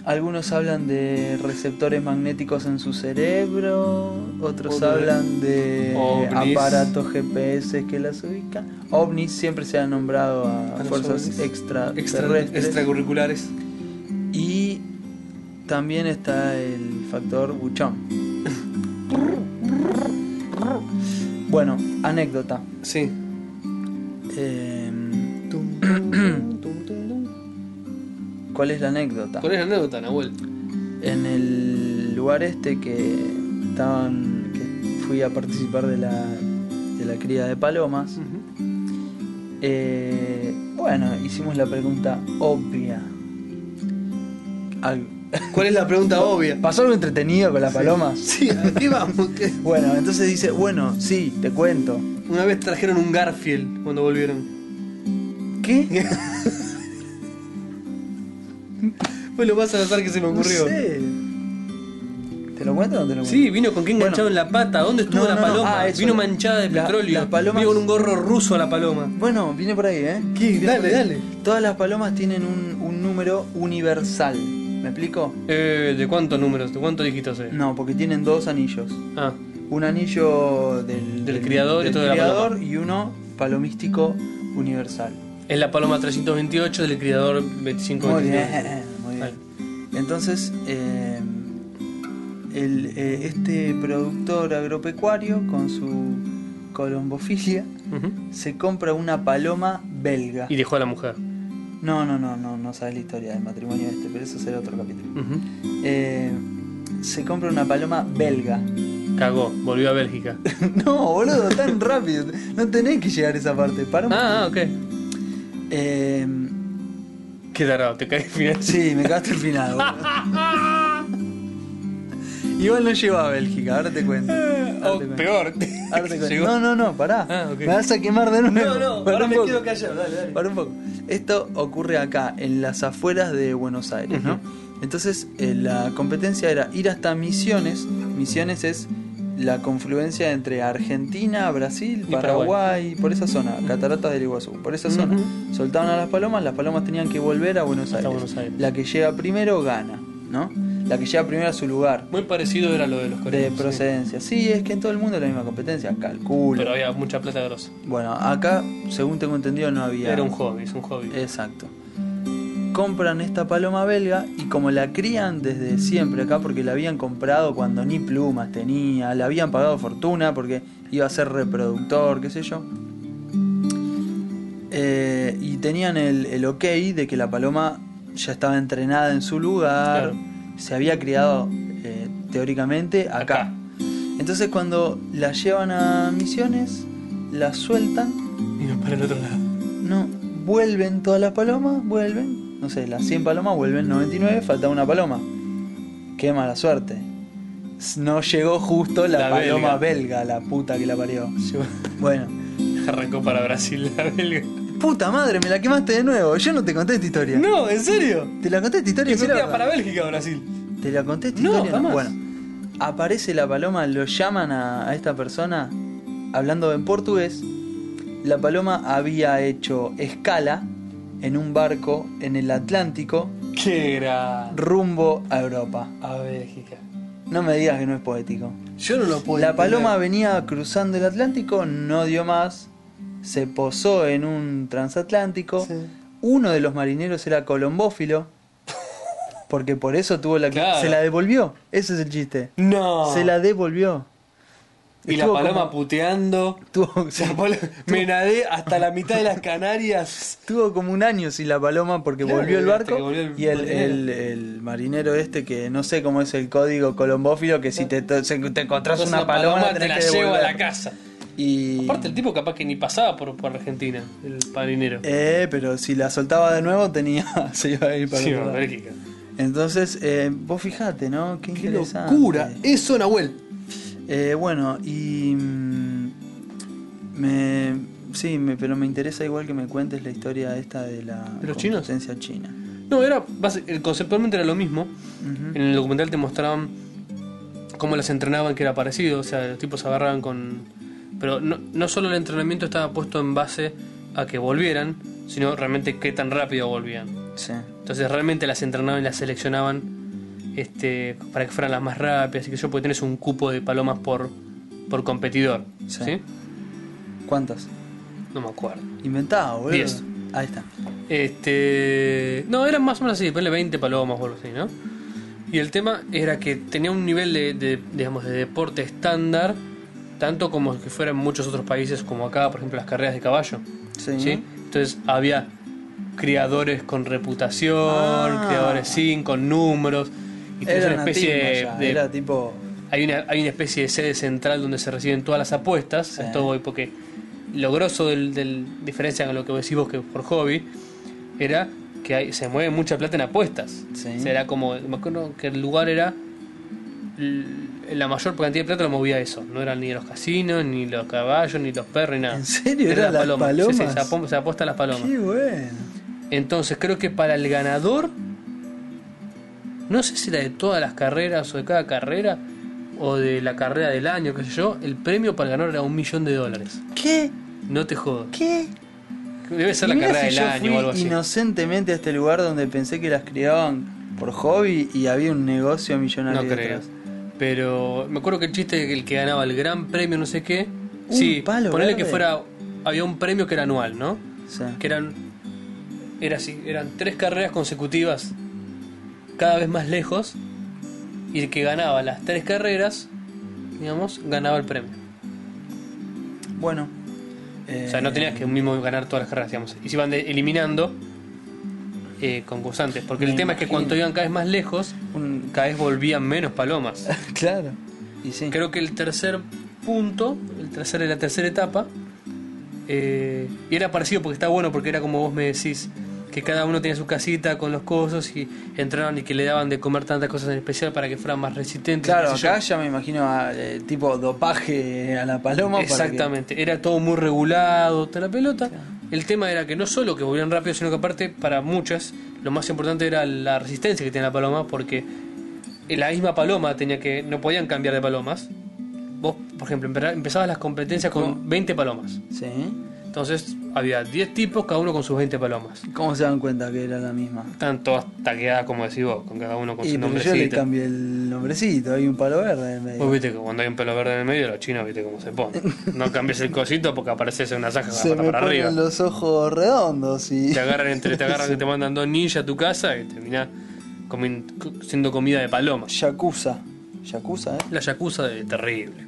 S1: Algunos hablan de receptores magnéticos en su cerebro, otros
S2: Otros.
S1: hablan de
S2: Ovnis.
S1: aparatos GPS que las ubican. OVNIs siempre se ha nombrado a,
S2: A los
S1: fuerzas
S2: ovnis. Extra,
S1: extraterrestres.
S2: extracurriculares.
S1: Y también está el factor buchón. bueno, anécdota.
S2: Sí.
S1: Em,
S2: ¿Cuál
S1: ¿Cuál es la anécdota?
S2: es la anécdota, Nahuel?
S1: En el lugar este que estaban. que fui a participar de la. de la cría de palomas.
S2: Mm.
S1: eh, bueno, hicimos la pregunta obvia. Al-
S2: ¿Cuál es la pregunta obvia?
S1: ¿Pasó algo entretenido con las palomas?
S2: Sí, aquí vamos. que
S1: Bueno, entonces dice, bueno, sí, te cuento.
S2: Una vez trajeron un Garfield cuando volvieron.
S1: ¿Qué?
S2: Fue lo más al azar que se me
S1: No
S2: ocurrió.
S1: sé. ¿Te lo cuento o no te lo cuento?
S2: Sí, vino con qué enganchado en la pata. ¿Dónde estuvo
S1: No,
S2: la
S1: no, no.
S2: paloma?
S1: Ah, eso.
S2: vino manchada de
S1: La-
S2: petróleo.
S1: las palomas-
S2: Vino con un gorro ruso a la paloma.
S1: Bueno, viene por ahí, ¿eh?
S2: ¿Qué?
S1: Viene
S2: Dale,
S1: por ahí.
S2: dale.
S1: Todas las palomas tienen un, un número universal. ¿Me explico?
S2: Eh, ¿De cuántos números? ¿De cuántos dígitos es?
S1: No, porque tienen dos anillos.
S2: Ah,
S1: Un anillo del,
S2: Del criador y
S1: del
S2: otro de la
S1: criador y uno palomístico universal.
S2: es la paloma 328 del criador 25
S1: Muy bien, muy bien. Entonces, eh, el, eh, este productor agropecuario con su colombofilia se compra una paloma belga.
S2: Y dejó a la mujer.
S1: No, no, no, no, no sabes la historia del matrimonio este, pero eso será otro capítulo.
S2: Ujú.
S1: Eh, se compra una paloma belga.
S2: Cagó, volvió a Bélgica.
S1: no, boludo, tan rápido. No tenés que llegar a esa parte. Para un-
S2: ah, ah, ok.
S1: Eh,
S2: Qué tarado, te caes final.
S1: sí, me cagaste el final, boludo. Igual no llegó a Bélgica, ahora te cuento. Ahora
S2: O
S1: te cuento.
S2: Eh, oh, peor.
S1: Ahora te cuento.
S2: Llegó.
S1: No, no, no, pará.
S2: Ah, ok.
S1: Me vas a quemar de nuevo.
S2: No, no,
S1: Pará
S2: ahora
S1: un
S2: me
S1: poco.
S2: quedo callado, dale, dale.
S1: Para un poco. Esto ocurre acá, en las afueras de Buenos Aires, ¿no? Entonces eh, la competencia era ir hasta Misiones. Misiones es la confluencia entre Argentina, Brasil,
S2: Y
S1: Paraguay, por esa zona, Cataratas del Iguazú, por esa zona.
S2: Ujú.
S1: Soltaban a las palomas, las palomas tenían que volver a Buenos
S2: Hasta
S1: Aires.
S2: Buenos Aires.
S1: La que llega primero gana, ¿no? La que llega primero a su lugar
S2: Muy parecido era lo de los
S1: de
S2: coreanos. sí.
S1: procedencia. Sí, es que en todo el mundo es la misma competencia, calculo.
S2: Pero había mucha plata grosa.
S1: Bueno, acá, según tengo entendido, no había...
S2: Era un hobby, es un hobby.
S1: Exacto. Compran esta paloma belga y como la crían desde siempre acá, porque la habían comprado cuando ni plumas tenía, la habían pagado fortuna porque iba a ser reproductor, qué sé yo. Eh, y tenían el, el ok de que la paloma ya estaba entrenada en su lugar,
S2: Claro.
S1: se había criado eh, teóricamente acá.
S2: Acá.
S1: Entonces cuando la llevan a misiones, la sueltan
S2: Y nos para el otro lado.
S1: no, vuelven todas las palomas, vuelven. No sé, las 100 palomas vuelven 99, falta una paloma. Qué mala suerte. S- No llegó justo la,
S2: La
S1: paloma belga. la puta que la parió. Bueno,
S2: Arrancó para Brasil la belga.
S1: puta madre, me la quemaste de nuevo. Yo no te conté esta historia.
S2: No, ¿en serio?
S1: Te la conté esta historia.
S2: Que
S1: que era
S2: sortea
S1: verdad.
S2: para Bélgica, Brasil.
S1: Te la conté esta
S2: No,
S1: historia.
S2: jamás.
S1: Bueno, aparece la paloma, lo llaman a, a esta persona hablando en portugués. La paloma había hecho escala en un barco en el Atlántico
S2: Qué gran.
S1: rumbo a Europa.
S2: A Bélgica.
S1: No me digas que no es poético.
S2: Yo no lo puedo
S1: La
S2: entender.
S1: paloma venía cruzando el Atlántico, no dio más, se posó en un transatlántico.
S2: Sí.
S1: Uno de los marineros era colombófilo, porque por eso tuvo la...
S2: Claro.
S1: Se la devolvió, ese es el chiste.
S2: No.
S1: Se la devolvió.
S2: Y la
S1: Estuvo
S2: paloma
S1: como-
S2: puteando.
S1: Tuvo,
S2: La palo- Me nadé hasta la mitad de las Canarias.
S1: Estuvo como un año sin la paloma porque
S2: Claro,
S1: volvió el
S2: hasta
S1: barco
S2: que volvió el
S1: y el,
S2: marinero.
S1: el- el marinero este que no sé cómo es el código colombófilo que si te, to- se- te encontrás
S2: Entonces,
S1: una
S2: la
S1: paloma, la
S2: te
S1: tenés
S2: la
S1: que
S2: llevo a
S1: devolver.
S2: la casa.
S1: Y...
S2: Aparte, el tipo capaz que ni pasaba por, por Argentina, el marinero.
S1: Eh, pero si la soltaba de nuevo tenía... se iba a ir para
S2: Sí,
S1: otro
S2: a
S1: lado.
S2: Bélgica.
S1: Entonces, eh, vos fijate, ¿no? Qué,
S3: ¡Qué
S1: interesante.
S3: locura! Eso, Nahuel.
S1: Eh, bueno, y... mm, Me... Sí, me- pero me interesa igual que me cuentes la historia esta de la
S2: ¿De los chinos?
S1: competencia china.
S2: No, era. basi- el- Conceptualmente era lo mismo.
S1: Ujú.
S2: En el documental te mostraban cómo las entrenaban, que era parecido. O sea, los tipos se agarraban con. Pero no, no solo el entrenamiento estaba puesto en base a que volvieran, sino realmente qué tan rápido volvían.
S1: Sí.
S2: Entonces realmente las entrenaban y las seleccionaban este, para que fueran las más rápidas y que yo, porque tenés un cupo de palomas por, por competidor.
S1: Sí.
S2: Sí.
S1: ¿Cuántas?
S2: No me acuerdo.
S1: Inventado, boludo.
S2: Diez.
S1: Ahí está.
S2: Este. No, eran más o menos así, ponle 20 palomas o algo así, ¿no? Y el tema era que tenía un nivel de, de, digamos, de deporte estándar, tanto como que fuera en muchos otros países, como acá, por ejemplo, las carreras de caballo.
S1: Sí.
S2: ¿sí? Entonces había criadores con reputación,
S1: Ah.
S2: criadores sin, con números. Y tenés
S1: Era
S2: una especie de-
S1: nativa ya,
S2: de
S1: Era tipo.
S2: hay una, hay una especie de sede central donde se reciben todas las apuestas.
S1: Sí.
S2: A esto voy porque lo grosso del, del- diferencia con lo que decís vos que por hobby era que hay- se mueve mucha plata en apuestas.
S1: Sí.
S2: O sea, era como, me acuerdo que el lugar era l- la mayor cantidad de plata lo movía eso. No eran ni los casinos, ni los caballos, ni los perros, ni nada.
S1: ¿En serio? ¿Eran las
S2: Sí, sí,
S1: palomas?
S2: se, apo- se apuesta a las palomas.
S1: Qué bueno.
S2: Entonces creo que para el ganador, no sé si era de todas las carreras o de cada carrera, o de la carrera del año, qué sé yo, el premio para el ganador era un millón de dólares.
S1: ¿Qué?
S2: No te jodo.
S1: ¿Qué?
S2: Debe ser la
S1: Y mirá
S2: carrera
S1: si
S2: del
S1: yo
S2: año
S1: fui
S2: o algo así.
S1: inocentemente a este lugar donde pensé que las criaban por hobby y había un negocio millonario
S2: No creo.
S1: detrás.
S2: Pero me acuerdo que el chiste de que el que ganaba el gran premio, no sé qué.
S1: Un
S2: sí,
S1: palo
S2: ponele que
S1: verde.
S2: fuera. Había un premio que era anual, ¿no?
S1: Sí.
S2: Que eran. Era así, eran tres carreras consecutivas, cada vez más lejos. Y el que ganaba las tres carreras, digamos, ganaba el premio.
S1: Bueno. eh,
S2: O sea, no tenías que mismo ganar todas las carreras, digamos. Y se iban de- eliminando eh, concursantes. Porque el
S1: Me
S2: tema es que
S1: imagino.
S2: cuanto iban cada vez más lejos,
S1: Un...
S2: cada vez volvían menos palomas.
S1: claro. Y sí.
S2: Creo que el tercer punto, el tercer la tercera etapa, eh, y era parecido porque está bueno, porque era como vos me decís, que cada uno tenía su casita con los cosos y entraban y que le daban de comer tantas cosas en especial para que fueran más resistentes.
S1: Claro,
S2: qué sé yo.
S1: acá ya me imagino a, eh, tipo dopaje a la paloma. para que-
S2: Exactamente, era todo muy regulado, toda la pelota. El tema era que no solo que volvían rápido, sino que aparte para muchas lo más importante era la resistencia que tenía la paloma, porque la misma paloma tenía que no podían cambiar de palomas. Vos, por ejemplo, empe- empezabas las competencias con 20 palomas.
S1: Sí.
S2: Entonces había 10 tipos, cada uno con sus 20 palomas.
S1: ¿Cómo se dan cuenta que era la misma?
S2: Están todas taqueadas, como decís vos, con cada uno con
S1: Y
S2: su
S1: porque yo le
S2: nombrecito.
S1: cambié el nombrecito, hay un palo verde en el medio.
S2: Vos viste que cuando hay un pelo verde en el medio, los chinos viste cómo se pone. No cambies el cosito porque apareces en una saja con la
S1: Se
S2: pata
S1: me
S2: para
S1: ponen
S2: arriba.
S1: los ojos redondos y.
S2: Te agarran entre, te agarran que te mandan dos ninjas a tu casa y terminás comin- co- siendo comida de paloma.
S1: Yakuza. Yakuza, ¿eh?
S2: La yakuza de terrible.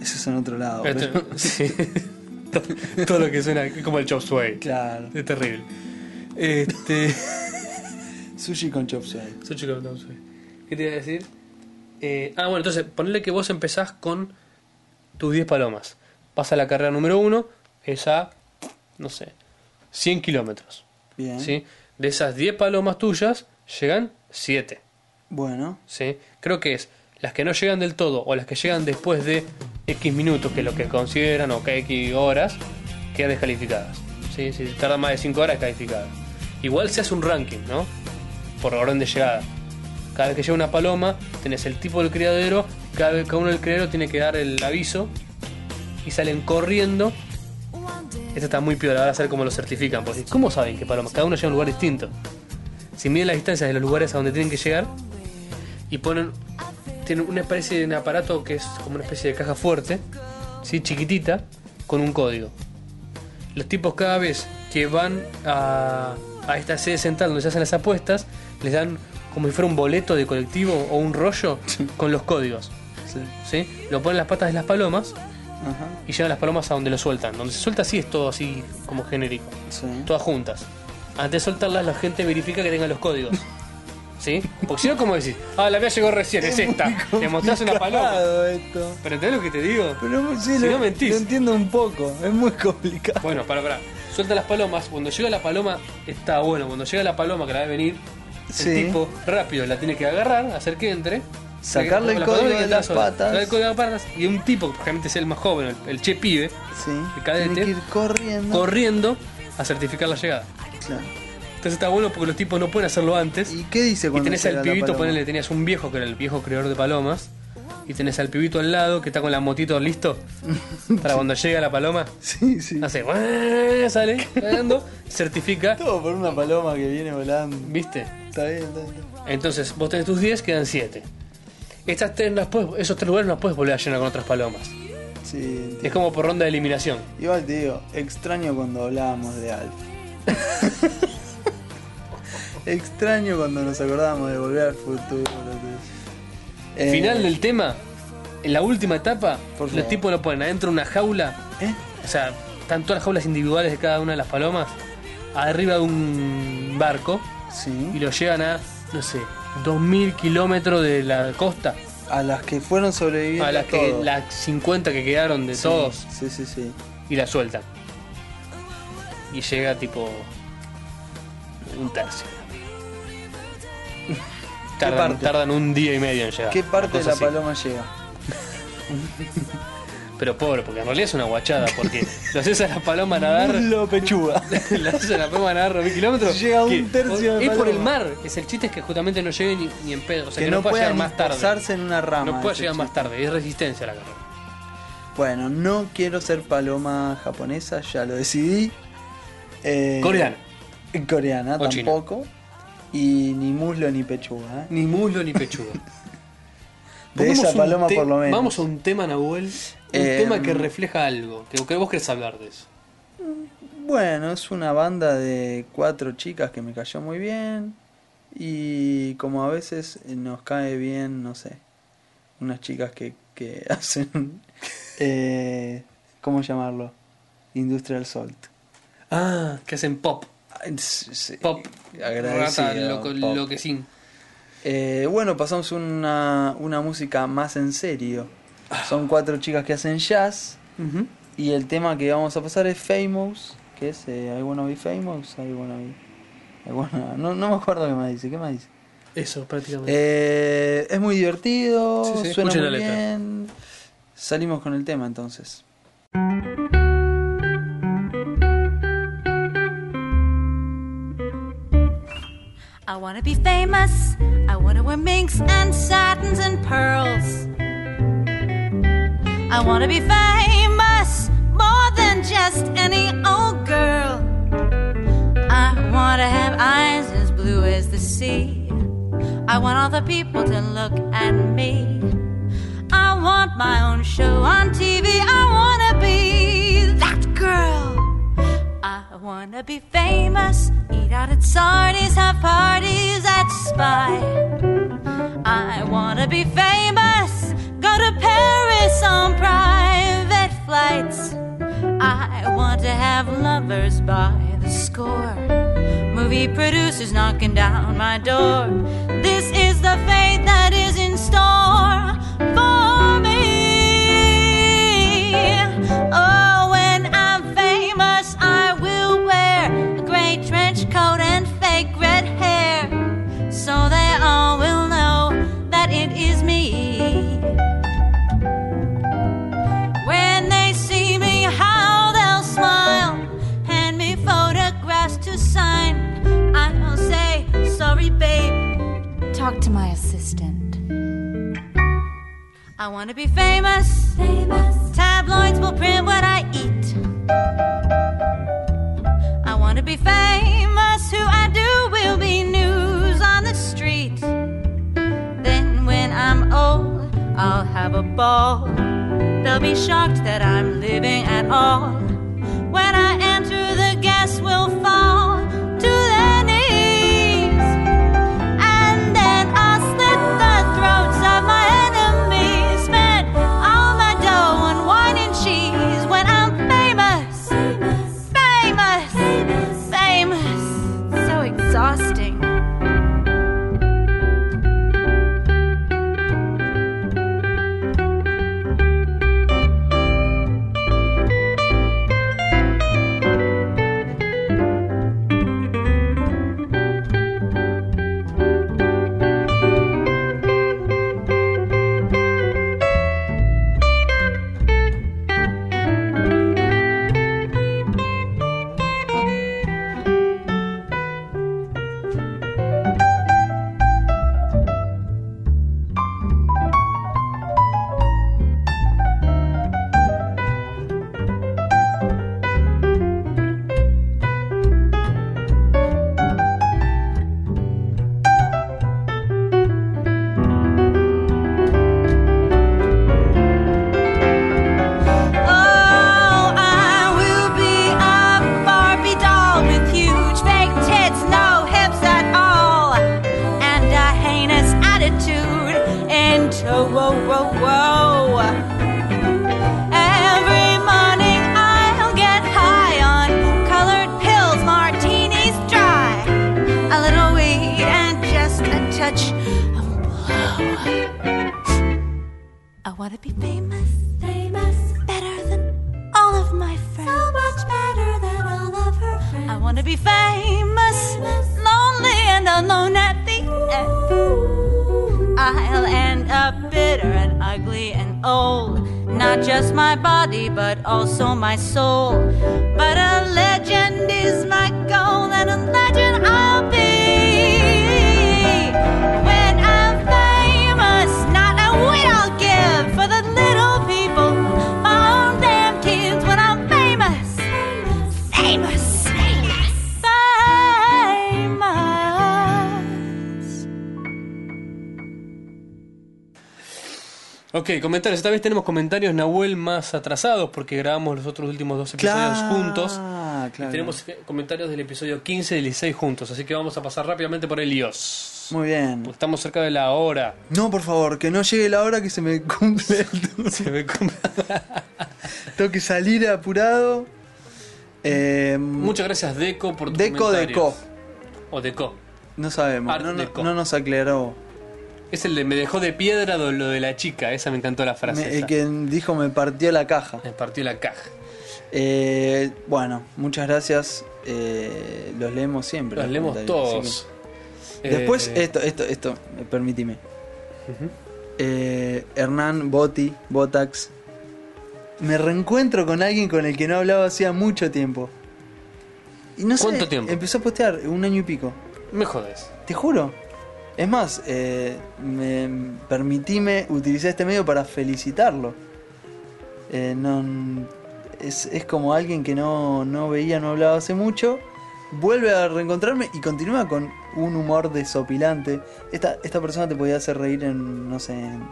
S1: Eso es en otro lado.
S2: Esto-
S1: pero-
S2: sí. todo, todo lo que suena es como el chop suey.
S1: Claro.
S2: Es terrible. Este.
S1: Sushi con chop suey.
S2: Soy chico, no soy. ¿Qué te iba a decir? Eh, ah, bueno, entonces, ponle que vos empezás con tus 10 palomas. Vas a la carrera número 1, es a, no sé, 100 kilómetros.
S1: Bien.
S2: ¿sí? De esas 10 palomas tuyas, llegan 7.
S1: Bueno.
S2: ¿sí? Creo que es las que no llegan del todo o las que llegan después de X minutos, que es lo que consideran, o que X horas, quedan descalificadas. ¿sí? Si tarda más de 5 horas, calificada. Igual se hace un ranking, ¿no? Por orden de llegada. Cada vez que llega una paloma, tenés el tipo del criadero, cada vez que uno del criadero tiene que dar el aviso y salen corriendo. Esto está muy piola, ahora a ver cómo lo certifican. Porque ¿Cómo saben que palomas? Cada uno llega a un lugar distinto. Si miden las distancias de los lugares a donde tienen que llegar, y ponen tienen una especie de un aparato que es como una especie de caja fuerte, sí, chiquitita, con un código. Los tipos cada vez que van a, a esta sede central donde se hacen las apuestas, les dan como si fuera un boleto de colectivo o un rollo con los códigos.
S1: Sí.
S2: ¿sí? Lo ponen en las patas de las palomas
S1: Ajá.
S2: y llevan las palomas a donde lo sueltan. Donde se suelta así es todo así como genérico
S1: Sí.
S2: todas juntas. Antes de soltarlas, la gente verifica que tengan los códigos. ¿Sí? Porque si no, como decís, ah, la mía llegó recién, es esta. Le mostrás una paloma.
S1: Complicado esto.
S2: Pero ¿entendés lo que te digo?
S1: Pero sí,
S2: Si
S1: lo,
S2: no mentís.
S1: lo entiendo un poco. Es muy complicado.
S2: Bueno, para, para. Suelta las palomas. Cuando llega la paloma, está bueno. Cuando llega la paloma que la ve venir, el
S1: Sí.
S2: tipo rápido la tiene que agarrar, hacer que entre.
S1: Sacarle el
S2: La paloma
S1: código de
S2: que está
S1: las
S2: sola.
S1: patas.
S2: Sacarle el código de las patas. Y un tipo, que probablemente es el más joven, el, el che pibe,
S1: Sí.
S2: El cadete.
S1: Tiene que ir corriendo.
S2: corriendo a certificar la llegada.
S1: Claro.
S2: Entonces está bueno porque los tipos no pueden hacerlo antes.
S1: ¿Y qué dice
S2: Y
S1: cuando
S2: tenés
S1: llega
S2: al
S1: la
S2: pibito,
S1: paloma?
S2: ponele, tenías un viejo que era el viejo creador de palomas. Y tenés al pibito al lado que está con la motito listo. Para cuando llega la paloma,
S1: Sí, sí.
S2: hace. "Buah", Sale, cagando, certifica.
S1: Todo por una paloma que viene volando.
S2: ¿Viste?
S1: Está bien, está bien.
S2: Entonces, vos tenés tus 10, quedan 7. Estas tres las podés- esos tres lugares no los puedes volver a llenar con otras palomas.
S1: Sí, entiendo.
S2: Es como por ronda de eliminación.
S1: Igual te digo, extraño cuando hablábamos de Alf. extraño cuando nos acordábamos de volver al futuro. tío. Eh,
S2: Final del tema, en la última etapa,
S1: Por
S2: los
S1: favor.
S2: tipos lo ponen adentro de una jaula
S1: ¿Eh?
S2: O sea, están todas las jaulas individuales de cada una de las palomas arriba de un barco y
S1: Sí.
S2: lo llevan a, no sé, 2.000 kilómetros de la costa.
S1: A las que fueron sobreviviendo.
S2: A las, que,
S1: todos.
S2: las 50 que quedaron de
S1: Sí,
S2: todos
S1: Sí, sí, sí.
S2: y la sueltan. Y llega tipo un tercio. Tardan,
S1: parte?
S2: tardan un día y medio en llegar.
S1: ¿Qué
S2: Una
S1: parte de
S2: cosa
S1: la
S2: así.
S1: paloma llega?
S2: Pero pobre, porque en realidad es una guachada, porque lo haces a la paloma nadar
S1: Lo pechuga.
S2: la hacen a Roma ganar los mil kilómetros.
S1: Llega un
S2: que-
S1: tercio de
S2: Es por el
S1: Paloma.
S2: mar. Es el chiste es que justamente no llegue ni, ni en pedo. O sea,
S1: que, no
S2: pueda
S1: pueda
S2: llegar más tarde.
S1: pasarse en una rama.
S2: No pueda
S1: ese
S2: llegar más
S1: chiste.
S2: tarde. Es resistencia la carrera.
S1: Bueno, no quiero ser paloma japonesa, ya lo decidí. Eh,
S2: Coreana.
S1: Coreana
S2: O china.
S1: tampoco. Y ni muslo ni pechuga. ¿eh?
S2: Ni muslo ni pechuga.
S1: De
S2: Pongamos
S1: esa
S2: un
S1: paloma
S2: te-
S1: por lo menos.
S2: Vamos a un tema, Nahuel. Un
S1: Eh,
S2: tema que refleja algo. Que, que vos querés hablar de eso.
S1: Bueno, es una banda de cuatro chicas que me cayó muy bien. Y como a veces nos cae bien, no sé, unas chicas que, que hacen, eh, ¿cómo llamarlo? Industrial Salt.
S2: Ah, que hacen pop. Pop.
S1: Eh, Agradecido,
S2: Rata, loco,
S1: pop.
S2: loquecín.
S1: Eh, bueno, pasamos una, una música más en serio.
S2: Ah.
S1: Son cuatro chicas que hacen jazz. Y el tema que vamos a pasar es Famous, que es eh, I wanna be famous, I wanna be... I wanna- No, no me acuerdo qué más dice, ¿qué más dice?
S2: Eso, prácticamente.
S1: Eh, es muy divertido,
S2: Sí, sí,
S1: suena
S2: escuchen
S1: muy
S2: la letra.
S1: bien. Salimos con el tema entonces.
S4: I want to be famous. I want to wear minks and satins and pearls. I want to be famous more than just any old girl. I want to have eyes as blue as the sea. I want all the people to look at me. I want my own show on TV. I want to be that girl. I wanna be famous, eat out at Sardi's, have parties at Spy. I wanna be famous, go to Paris on private flights. I want to have lovers by the score, movie producers knocking down my door. This is the fate that is in store for me. Oh, when I'm famous, I will wear a gray trench coat and fake red hair, so they all will know that it is me. When they see me, how they'll smile. Hand me photographs to sign. I'll say, sorry, babe. Talk to my assistant. I want to be famous. Famous. Tabloids will print what I eat. I want to be famous. Who I do will be news on the street. Then when I'm old, I'll have a ball. They'll be shocked that I'm living at all. When I enter, the gas will fall to their knees. And then I'll slit the throats of my enemies. Spend all my dough on wine and cheese when I'm famous. Famous. Famous. Famous. So exhausting. Oh, I will be a Barbie doll with huge fake tits, no hips at all, and a heinous attitude. And oh, whoa, whoa, whoa. Every morning I'll get high on colored pills, martinis dry, a little weed, and just a touch of blow. I want to be famous. Famous. Better than all of my friends. So much better than all of her friends. I want to be famous. Lonely and alone at the end. I'll end up bitter and ugly and old. Not just my body, but also my soul. But a legend is my goal, and a legend I'll be. When I'm famous, not a whit I'll give for the little people, my own damn kids. When I'm famous, famous, famous, famous.
S3: Ok, comentarios. Esta vez tenemos comentarios Nahuel más atrasados porque grabamos los otros últimos dos episodios juntos.
S1: Ah,
S3: Y
S1: claro.
S3: tenemos eh, comentarios del episodio 15 y 16 juntos, así que vamos a pasar rápidamente por el IOS.
S1: Muy bien.
S3: Porque estamos cerca de la hora.
S1: No, por favor, que no llegue la hora que se me cumple el turno.
S3: Se me com-
S1: Tengo que salir apurado. Eh,
S3: Muchas gracias, Deco, por tus
S1: Deco,
S3: comentarios.
S1: Deco.
S3: O Deco.
S1: No sabemos.
S3: Art
S1: No, no-
S3: Deco.
S1: no nos aclaró.
S3: Es el de me dejó de piedra do- lo de la chica. Esa me encantó la frase.
S1: Me-
S3: esa.
S1: el que dijo me partió la caja.
S3: Me partió la caja.
S1: Eh, bueno, muchas gracias. Eh, los leemos siempre.
S3: Los leemos
S1: comentarios, así
S3: todos.
S1: que- Después,
S3: Eh,
S1: esto, esto, esto, eh, permíteme. Eh, Hernán Boti, Botax. Me reencuentro con alguien con el que no hablaba hacía mucho tiempo. Y no sé,
S3: ¿Cuánto tiempo?
S1: Empezó a postear un año y pico.
S2: Me jodes.
S1: Te juro. Es más, eh, me, permitime utilizar este medio para felicitarlo. Eh, no, es, es como alguien que no, no veía, no hablaba hace mucho. Vuelve a reencontrarme y continúa con un humor desopilante. Esta, esta persona te podía hacer reír en, no sé, en,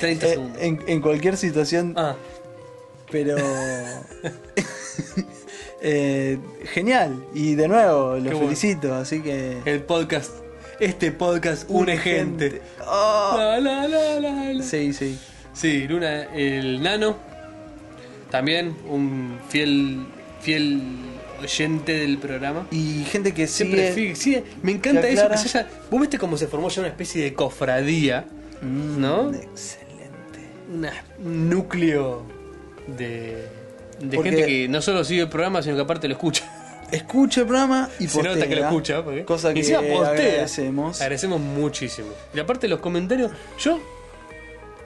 S2: 30
S1: eh,
S2: segundos.
S1: en, en cualquier situación
S2: Ah,
S1: pero. Eh, genial. Y de nuevo, lo
S2: bueno.
S1: felicito. Así que.
S5: El podcast. Este podcast une gente.
S1: Oh.
S5: La, la, la, la, la.
S1: Sí, sí.
S5: Sí, Luna, el nano.
S2: también un fiel fiel oyente del programa.
S1: Y gente que
S5: Siempre
S1: sigue.
S5: sigue- sigue. Me encanta
S1: se
S5: eso que
S1: aclara.
S5: se haya. Vos viste cómo se formó ya una especie de cofradía.
S1: Mm,
S5: ¿no?
S1: Excelente.
S5: una- un núcleo
S2: De, de
S1: Porque-
S2: gente que no solo sigue el programa, sino que aparte lo escucha.
S1: Escucha el programa y
S5: Se
S1: postea.
S5: nota que lo escucha, porque-
S2: ¿eh?
S1: Cosa
S5: Y
S1: que
S5: encima postea.
S1: agradecemos.
S2: Agradecemos muchísimo. Y aparte los comentarios, yo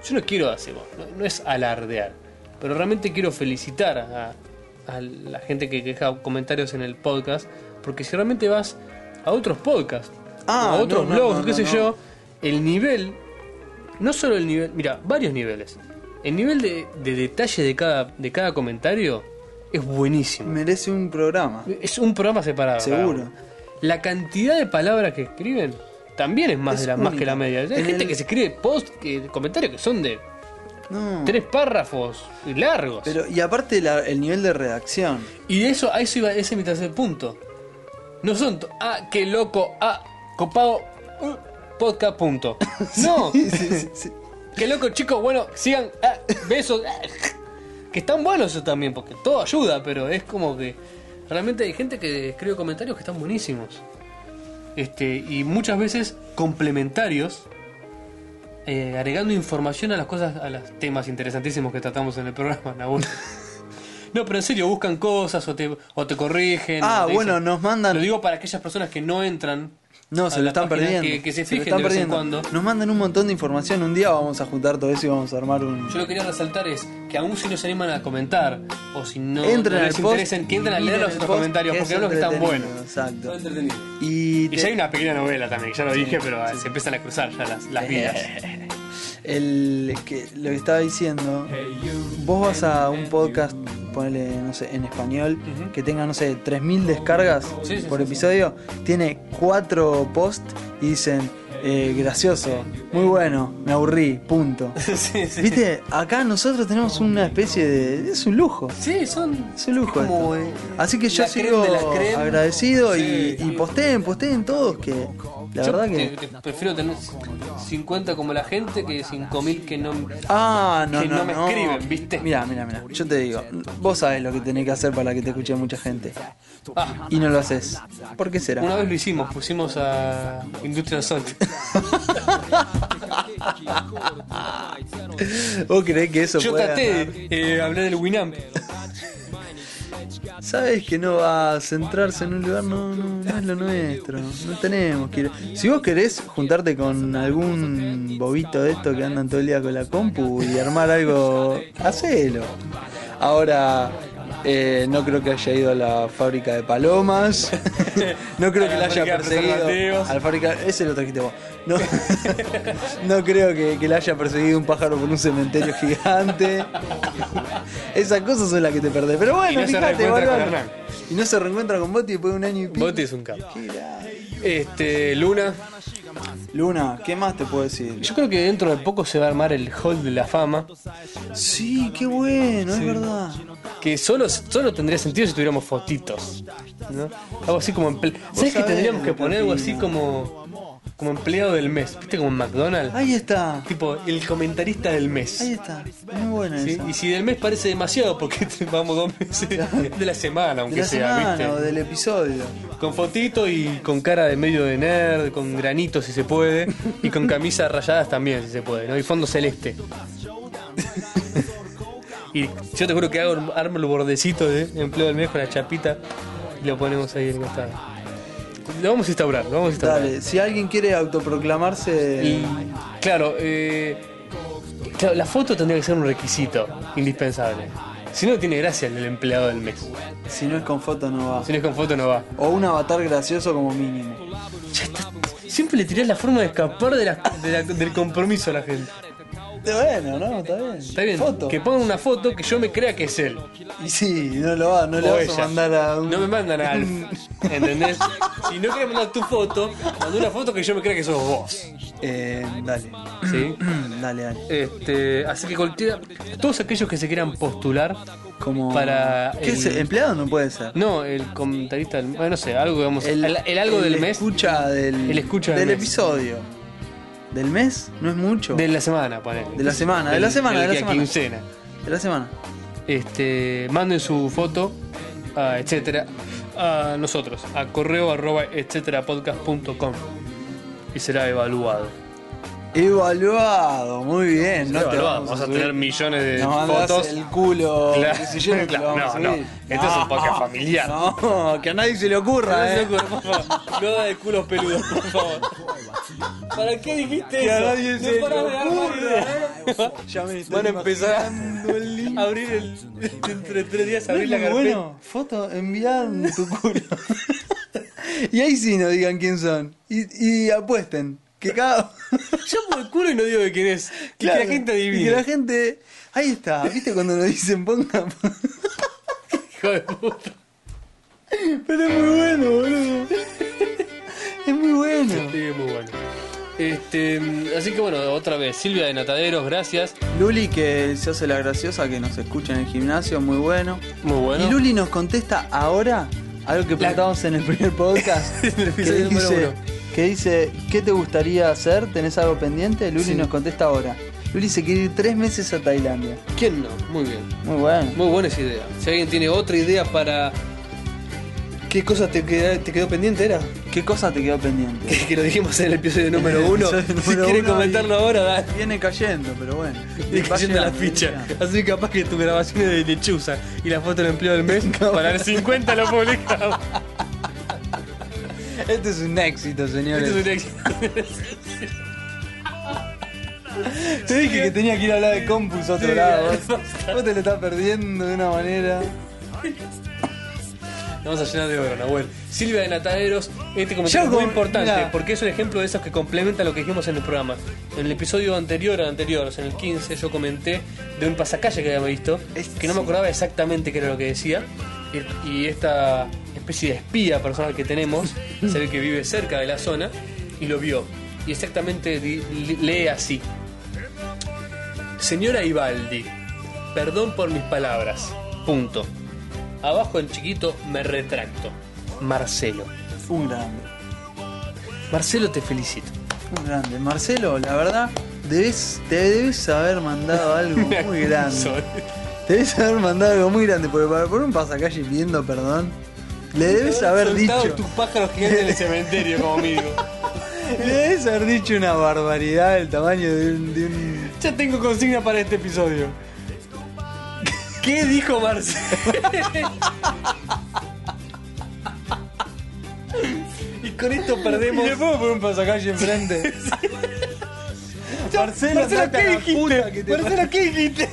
S2: yo no quiero hacer, no, no es alardear, pero realmente quiero felicitar a, a la gente que deja comentarios en el podcast, porque si realmente vas a otros podcasts,
S1: Ah,
S2: a otros
S1: no, no,
S2: blogs,
S1: no,
S2: qué
S1: no,
S2: sé
S1: no.
S2: yo, el nivel, no solo el nivel, mira, varios niveles. El nivel de, de detalle de cada, de cada comentario es buenísimo.
S1: Merece un programa.
S2: Es un programa separado. cada
S1: Seguro.
S2: uno. La cantidad de palabras que escriben también es más,
S1: Es
S2: de la, más
S1: única.
S2: que la media. Hay
S1: En
S2: gente
S1: el-
S2: que se escribe post, que, comentarios que son de
S1: No.
S2: tres párrafos largos.
S1: Ah. Pero, y aparte la- el nivel de redacción.
S2: Y de eso, a eso iba, ese es mi tercer punto. No son, to- ah, qué loco, ah, copado, uh, podcast, punto. No,
S1: Sí, sí, sí.
S2: qué loco, chicos, bueno, sigan, ah, besos. ah. que están buenos eso también, porque todo ayuda, pero es como que realmente hay gente que escribe comentarios que están buenísimos. Este, y muchas veces complementarios, eh, agregando información a las cosas, a los temas interesantísimos que tratamos en el programa, Nabul. No, pero en serio, buscan cosas o te, o te corrigen.
S1: Ah,
S2: o te dicen-
S1: bueno, nos mandan-
S2: Lo digo para aquellas personas que no entran.
S1: No,
S2: a
S1: se lo
S2: la
S1: están
S2: página,
S1: perdiendo.
S2: Que, que se
S1: lo
S2: fijen
S1: están
S2: de vez en
S1: perdiendo.
S2: cuando.
S1: Nos mandan un montón de información. Un día vamos a juntar todo eso y vamos a armar un.
S2: Yo lo que quería resaltar es que aún si no se animan a comentar o si no,
S1: Entren
S2: no
S1: al
S2: les
S1: post,
S2: interesen, que entren a leer
S1: miren
S2: los
S1: el
S2: otros
S1: post,
S2: comentarios
S1: que
S2: porque
S1: es
S2: son los que están
S1: entretenido,
S2: buenos.
S1: exacto.
S2: Son entretenidos.
S1: Y,
S2: Y
S1: te-
S2: ya hay una pequeña novela también, que ya lo dije, pero eh, se empiezan a cruzar ya las, las vidas.
S1: el que lo que estaba diciendo, vos vas a un podcast, ponele, no sé, en español, que tenga, no sé, 3.000 descargas
S2: Sí, sí,
S1: por
S2: sí,
S1: episodio, tiene cuatro posts y dicen, eh, gracioso, muy bueno, me aburrí, punto.
S2: sí, sí.
S1: Viste, acá nosotros tenemos una especie de... es un lujo.
S2: Sí, son.
S1: Es un lujo
S2: como,
S1: esto.
S2: eh,
S1: Así que yo
S2: la creme
S1: sigo
S2: de la creme.
S1: agradecido
S2: Sí,
S1: y,
S2: sí.
S1: y posteen, posteen todos que la
S2: Yo
S1: verdad que...
S2: te- te prefiero tener 50 como la gente que 5000 que no.
S1: Ah, no,
S2: que
S1: no,
S2: no me escriben, ¿viste?
S1: Mira, mira, mira. Yo te digo, vos sabés lo que tenés que hacer para que te escuche mucha gente.
S2: Ah,
S1: Y no lo haces. ¿Por qué
S2: una
S1: será?
S2: vez lo hicimos, pusimos a Industrial Sound.
S1: ¿Vos creés que eso
S2: Yo
S1: puede
S2: traté
S1: ganar?
S2: de eh, hablar del Winamp.
S1: Sabés que no va a centrarse en un lugar, no, no, no es lo nuestro. No tenemos que ir. Si vos querés juntarte con algún bobito de estos que andan todo el día con la compu y armar algo, hacelo. Ahora, eh, no creo que haya ido a la fábrica de palomas. no creo
S2: A
S1: que
S2: la
S1: la haya
S2: fábrica de
S1: perseguido.
S2: preservativos.
S1: A la fábrica, ese lo trajiste vos. No, no creo que, que la haya perseguido un pájaro por un cementerio gigante. Esas cosas son las que te perdés. Pero bueno,
S2: Y no se
S1: fíjate,
S2: reencuentra con
S1: boludo.
S2: Hernán.
S1: Y no se reencuentra con Boti después de un año y pico.
S5: Boti es un capo.
S1: Qué grave.
S2: Este, Luna.
S1: Luna, ¿qué más te puedo decir?
S2: Yo creo que dentro de poco se va a armar el Hall de la Fama.
S1: Sí, qué bueno, es verdad.
S2: Que solo, solo tendría sentido si tuviéramos fotitos. ¿no? Algo así como. emple- ¿Sabes que
S1: sabés
S2: tendríamos
S1: lo
S2: que
S1: que
S2: poner algo así
S1: opino.
S2: como. Como empleado del mes? ¿Viste? Como en McDonald's.
S1: Ahí está,
S2: Tipo, el comentarista del mes.
S1: ahí está. Muy buena
S2: Sí,
S1: esa.
S2: Y si del mes parece demasiado, porque vamos dos meses de la semana,
S1: De
S2: aunque
S1: la
S2: sea,
S1: semana
S2: ¿viste?
S1: o del episodio.
S2: Con fotito y con cara de medio de nerd, con granito si se puede, y con camisas rayadas también si se puede, ¿no? Y fondo celeste. y yo te juro que hago, armo el bordecito de empleo del mes con la chapita y lo ponemos ahí en el costado. Lo vamos a instaurar, lo vamos a instaurar.
S1: Dale, si alguien quiere autoproclamarse.
S2: Y, claro, eh, claro, la foto tendría que ser un requisito indispensable. Si no, tiene gracia el del empleado del mes.
S1: Si no es con foto no va.
S2: Si no es con foto, no va.
S1: O un avatar gracioso como mínimo.
S2: Ya está. Siempre le tirás la forma de escapar de la- de la- del compromiso a la gente.
S1: Bueno, no, está bien.
S2: Está bien,
S1: Foto.
S2: que ponga una foto que yo me crea que es él.
S1: Y sí, no lo va, no le
S2: O
S1: vas
S2: ella.
S1: a mandar a un.
S2: No me mandan a Alf. ¿Entendés? Si no querés mandar tu foto, manda una foto que yo me crea que sos vos.
S1: Eh, dale.
S2: ¿Sí?
S1: dale, dale.
S2: Este, así que cualquiera. Todos aquellos que se quieran postular.
S1: Como.
S2: Para
S1: ¿Qué
S2: el-
S1: es? ¿Empleado no puede ser?
S2: No, el comentarista del. Bueno, no sé, algo digamos. El, el algo
S1: el
S2: del mes.
S1: Escucha del,
S2: El escucha
S1: del,
S2: del mes.
S1: episodio. ¿Del mes? ¿No es mucho?
S2: De la semana, ponele.
S1: De la semana, de la
S2: Del-
S1: semana,
S2: del
S1: de la
S2: día
S1: semana.
S2: quincena.
S1: De la semana.
S2: Este, manden su foto, a etcétera, a nosotros, a correo arroba etcétera podcast.com y será evaluado.
S1: Evaluado, muy bien. No te
S2: Evaluado,
S1: vamos,
S2: Vamos a
S1: subir.
S2: tener millones de
S1: Nos mandás
S2: fotos.
S1: el culo.
S2: Claro,
S1: qué sé yo, te lo
S2: claro,
S1: vamos a
S2: no,
S1: subir.
S2: no. Esto es un podcast familiar.
S1: No, que a nadie se le ocurra, eh.
S2: No da de culos peludos, por favor. ¿Para qué dijiste
S1: Que a
S2: eso?
S1: nadie
S2: No
S1: se
S2: parás
S1: le
S2: de dar más
S1: ocurra.
S2: ideas.
S1: Ya me estoy
S2: Van a empezar
S1: imaginando el link.
S2: a abrir el. Dentro de tres días
S1: No
S2: abrir
S1: es
S2: la
S1: muy
S2: carpeta.
S1: Bueno, foto, enviar tu culo. y ahí sí nos digan quién son. Y, y apuesten. Que cada.
S2: Yo por el culo y no digo de quién es. Y Que la gente
S1: Y que
S2: adivine.
S1: la gente. Ahí está, ¿viste cuando nos dicen pongan?
S2: Hijo de puta.
S1: Pero es muy bueno, boludo. Es muy bueno.
S2: Sí, muy bueno. Este, mm, así que bueno, otra vez, Silvia de Nataderos, gracias.
S1: Luli, que se hace la graciosa, que nos escucha en el gimnasio, muy bueno.
S2: Muy bueno.
S1: Y Luli nos contesta ahora algo que preguntamos en el primer podcast.
S2: En el episodio
S1: que,
S2: número
S1: dice,
S2: uno.
S1: que dice, ¿qué te gustaría hacer? ¿Tenés algo pendiente? Luli
S2: Sí.
S1: nos contesta ahora. Luli se quiere ir tres meses a Tailandia.
S2: ¿Quién no? Muy bien.
S1: Muy bueno.
S2: Muy buena esa idea. Si alguien tiene otra idea para. ¿Qué cosa te queda- te quedó pendiente era?
S1: ¿Qué cosa te quedó pendiente?
S2: que, que lo dijimos en el episodio número uno.
S1: Episodio
S2: si
S1: número
S2: quieres
S1: uno
S2: comentarlo ahora, dale.
S1: Viene cayendo, pero bueno.
S2: Y
S1: Va
S2: cayendo la
S1: llegando,
S2: ficha.
S1: viene
S2: Así que capaz que tu grabación es de lechuza y la foto del empleo del mes para el 50 lo publicamos.
S1: llegando. Este es un éxito, señores.
S2: Esto Este es un éxito.
S1: Te dije que tenía que ir a hablar de compus a otro
S2: Sí,
S1: lado.
S2: basta.
S1: Vos, Vos te lo estás perdiendo de una manera.
S2: La Vamos a llenar de oro, Nahuel. Silvia de Nataderos, este
S1: Yo
S2: comentario es muy
S1: con-
S2: importante
S1: mirá.
S2: porque es un ejemplo de esos que complementa lo que dijimos en el programa. En el episodio anterior, anterior, o sea, en el 15, yo comenté de un pasacalle que había visto,
S1: Es-
S2: que no me acordaba exactamente qué era lo que decía. Y, y esta especie de espía personal que tenemos, se ve que vive cerca de la zona, y lo vio. Y exactamente di- li- lee así. Señora Ibaldi, perdón por mis palabras. Punto. Abajo en chiquito me retracto. Marcelo.
S1: Un grande.
S2: Marcelo te felicito.
S1: Un grande. Marcelo, la verdad, debes, te debes haber mandado algo muy grande. Te debes haber mandado algo muy grande, porque para por un pasacalle viendo perdón, le debes haber dicho.
S2: tus pájaros gigantes en el cementerio, como amigo.
S1: Le debes haber dicho una barbaridad del tamaño de un. de un-
S2: Ya tengo consigna para este episodio. ¿Qué dijo Marcelo? y con esto perdemos.
S1: Le puedo poner un pasacalle enfrente. Marcelo,
S2: Marcelo,
S1: andate a
S2: ¿qué
S1: la puta
S2: dijiste?
S1: que te
S2: Marcelo, ¿qué dijiste?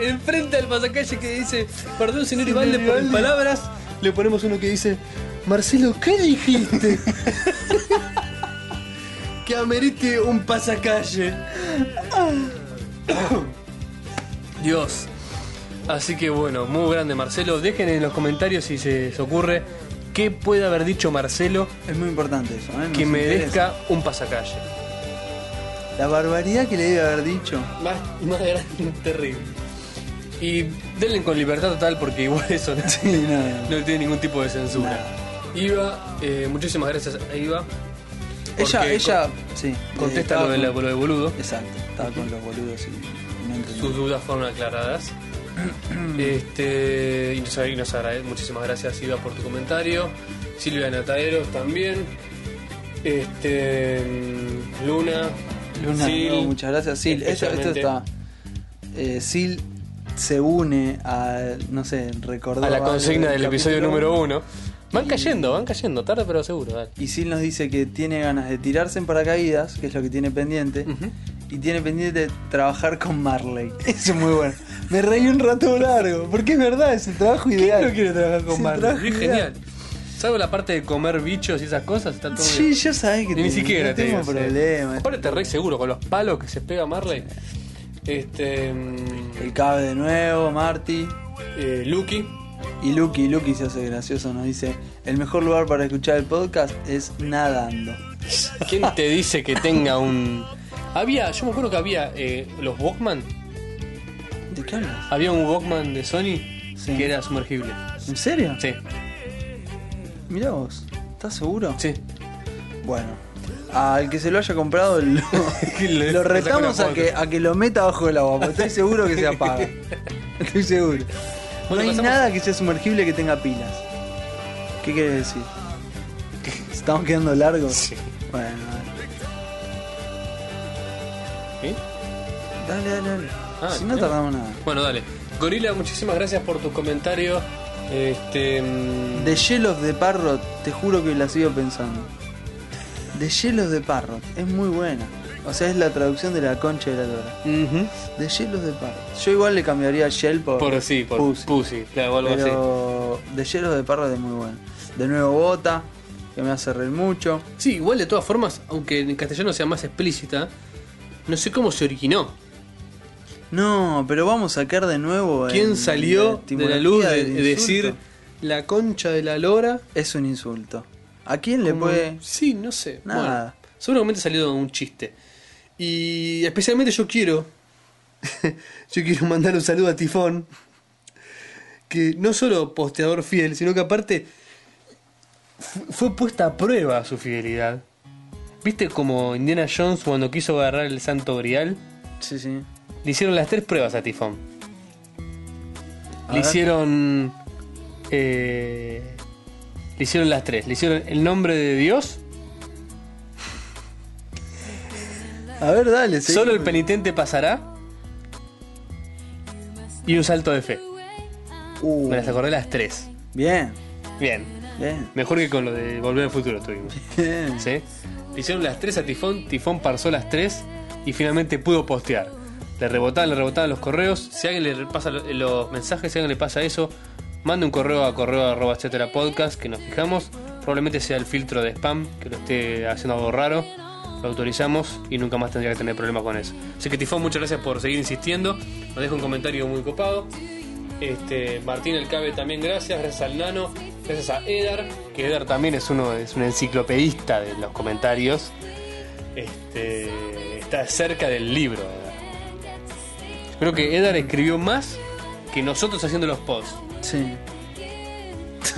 S2: Enfrente al pasacalle que dice, perdón señor Ibalde por mis palabras, le ponemos uno que dice, Marcelo, ¿qué dijiste? que amerite un pasacalle. Dios. Así que bueno, muy grande Marcelo. Dejen en los comentarios si se les ocurre qué puede haber dicho Marcelo
S1: Es muy importante eso, ¿eh? Nos
S2: que
S1: interesa.
S2: merezca un pasacalle.
S1: La barbaridad que le debe haber dicho.
S2: Más, más grande, terrible. Y denle con libertad total porque igual eso no,
S1: Sí, nada.
S2: no tiene ningún tipo de censura.
S1: Nada.
S2: Iva, eh, muchísimas gracias a Iva. porque
S1: Ella, ella, eh,
S2: con-
S1: sí.
S2: contesta lo de, la-
S1: boludo.
S2: lo de boludo.
S1: Exacto, estaba con los boludos y no entendí.
S2: Sus dudas fueron aclaradas. este, y nos, y nos agrade- muchísimas gracias Iva por tu comentario. Silvia de Nataderos también. Este, Luna.
S1: Luna, no,
S2: Sil,
S1: muchas gracias. Sil, esto, esto
S2: especialmente.
S1: está. eh, Sil se une a, no sé, recordar...
S2: A la
S1: algo
S2: consigna del episodio
S1: capítulo
S2: número uno. Van cayendo, van cayendo, tarde pero seguro. dale.
S1: Y Sil nos dice que tiene ganas de tirarse en paracaídas, que es lo que tiene pendiente.
S2: Ujú.
S1: Y tiene pendiente de trabajar con Marley. Eso es muy bueno. Me reí un rato largo, porque es verdad, es el trabajo ideal.
S2: no quiere trabajar con
S1: Es el
S2: Marley?
S1: trabajo
S2: Es
S1: ideal.
S2: genial. Salvo la parte de comer bichos y esas cosas, está todo
S1: Sí,
S2: bien.
S1: ya sabés que
S2: Ni
S1: te-
S2: siquiera
S1: no
S2: te
S1: tengo
S2: digo, sí.
S1: problema.
S2: Aparte te re seguro con los palos que se pega Marley. Este. mm,
S1: El cabe de nuevo, Marty.
S2: eh, Lucky.
S1: Y Lucky, Lucky se hace gracioso, nos dice, el mejor lugar para escuchar el podcast es nadando.
S2: ¿Quién te dice que tenga un. Había, yo me acuerdo que había eh, los Walkman.
S1: ¿De qué hablas?
S2: Había un Walkman de Sony
S1: Sí.
S2: que era sumergible.
S1: ¿En serio?
S2: Sí,
S1: Mirá vos, ¿estás seguro?
S2: sí.
S1: Bueno, al que se lo haya comprado lo,
S2: Le-
S1: lo
S2: le saca una
S1: retamos
S2: foto.
S1: a que, a que lo meta bajo el agua, porque estoy seguro que se apaga. Estoy seguro.
S2: Bueno,
S1: no hay
S2: pasamos-
S1: nada que sea sumergible que tenga pilas. ¿Qué quieres decir? ¿Estamos quedando largos?
S2: Sí.
S1: Bueno,
S2: ¿Sí?
S1: dale, dale, dale.
S2: Ah,
S1: si no
S2: ¿eh?
S1: tardamos nada.
S2: Bueno, dale. Gorila, muchísimas gracias por tus comentarios. Este. mm,
S1: De hielos de Parrot, te juro que la sigo pensando. De hielos de Parrot, es muy buena. O sea, es la traducción de la concha de la lora.
S2: ujú.
S1: De hielos de Parrot. Yo igual le cambiaría Shell por,
S2: Por sí, por
S1: Pussy.
S2: Pussy, claro, o algo
S1: Pero de hielos de Parrot es muy bueno. De nuevo Bota, que me hace reír mucho.
S2: así. Sí, igual de todas formas, aunque en castellano sea más explícita, no sé cómo se originó.
S1: No, pero vamos a sacar de nuevo.
S2: ¿Quién
S1: en
S2: salió de la
S1: etimología
S2: luz de,
S1: del
S2: de decir
S1: insulto.
S2: la concha de la lora?
S1: Es un insulto. ¿A quién le
S2: Como-
S1: puede.?
S2: Sí, no sé.
S1: Nada.
S2: Bueno, seguramente salió de un chiste. Y especialmente yo quiero. yo quiero mandar un saludo a Tifón. Que no solo posteador fiel, sino que aparte. fu- Fue puesta a prueba su fidelidad. ¿Viste como Indiana Jones cuando quiso agarrar el santo grial?
S1: Sí, sí.
S2: Le hicieron las tres pruebas a Tifón.
S1: A
S2: le
S1: ver.
S2: hicieron. eh, le hicieron las tres. Le hicieron el nombre de Dios.
S1: A ver, dale. sí.
S2: Solo el penitente pasará. Y un salto de fe.
S1: Uh,
S2: Me las acordé las tres.
S1: Bien,
S2: Bien.
S1: bien.
S2: Mejor que con lo de Volver al Futuro tuvimos.
S1: bien.
S2: ¿Sí? Le hicieron las tres a Tifón. Tifón parsó las tres. Y finalmente pudo postear. Le rebotaban, le rebotaban los correos. Si alguien le pasa lo- los mensajes, si alguien le pasa eso, mande un correo a correo arroba etcétera podcast que nos fijamos. Probablemente sea el filtro de spam que lo esté haciendo algo raro. Lo autorizamos y nunca más tendría que tener problema con eso. Así que Tifón, muchas gracias por seguir insistiendo. Nos deja un comentario muy copado. Este, Martín El Cabe también gracias, gracias al Nano, gracias a Edar, que Edar también es uno es un enciclopedista de los comentarios. Este, está cerca del libro, Edar. Creo que Edar escribió más que nosotros haciendo los posts.
S1: Sí.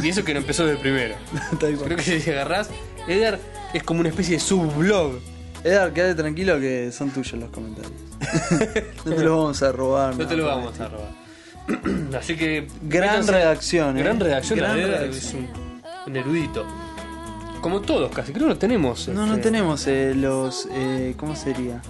S2: Y eso que no empezó de primero.
S1: Tal cual.
S2: Creo que si agarrás, Edar es como una especie de subblog.
S1: Edgar, quédate tranquilo que son tuyos los comentarios. no te los vamos a robar.
S2: No te lo
S1: nada.
S2: vamos a robar. Así que.
S1: Gran
S2: métanse-
S1: redacción, ¿eh?
S2: Gran redacción.
S1: Gran
S2: la verdad,
S1: redacción.
S2: Es un, un erudito. Como todos casi. Creo que no tenemos.
S1: No, no
S2: este,
S1: tenemos eh, los. eh, ¿Cómo sería?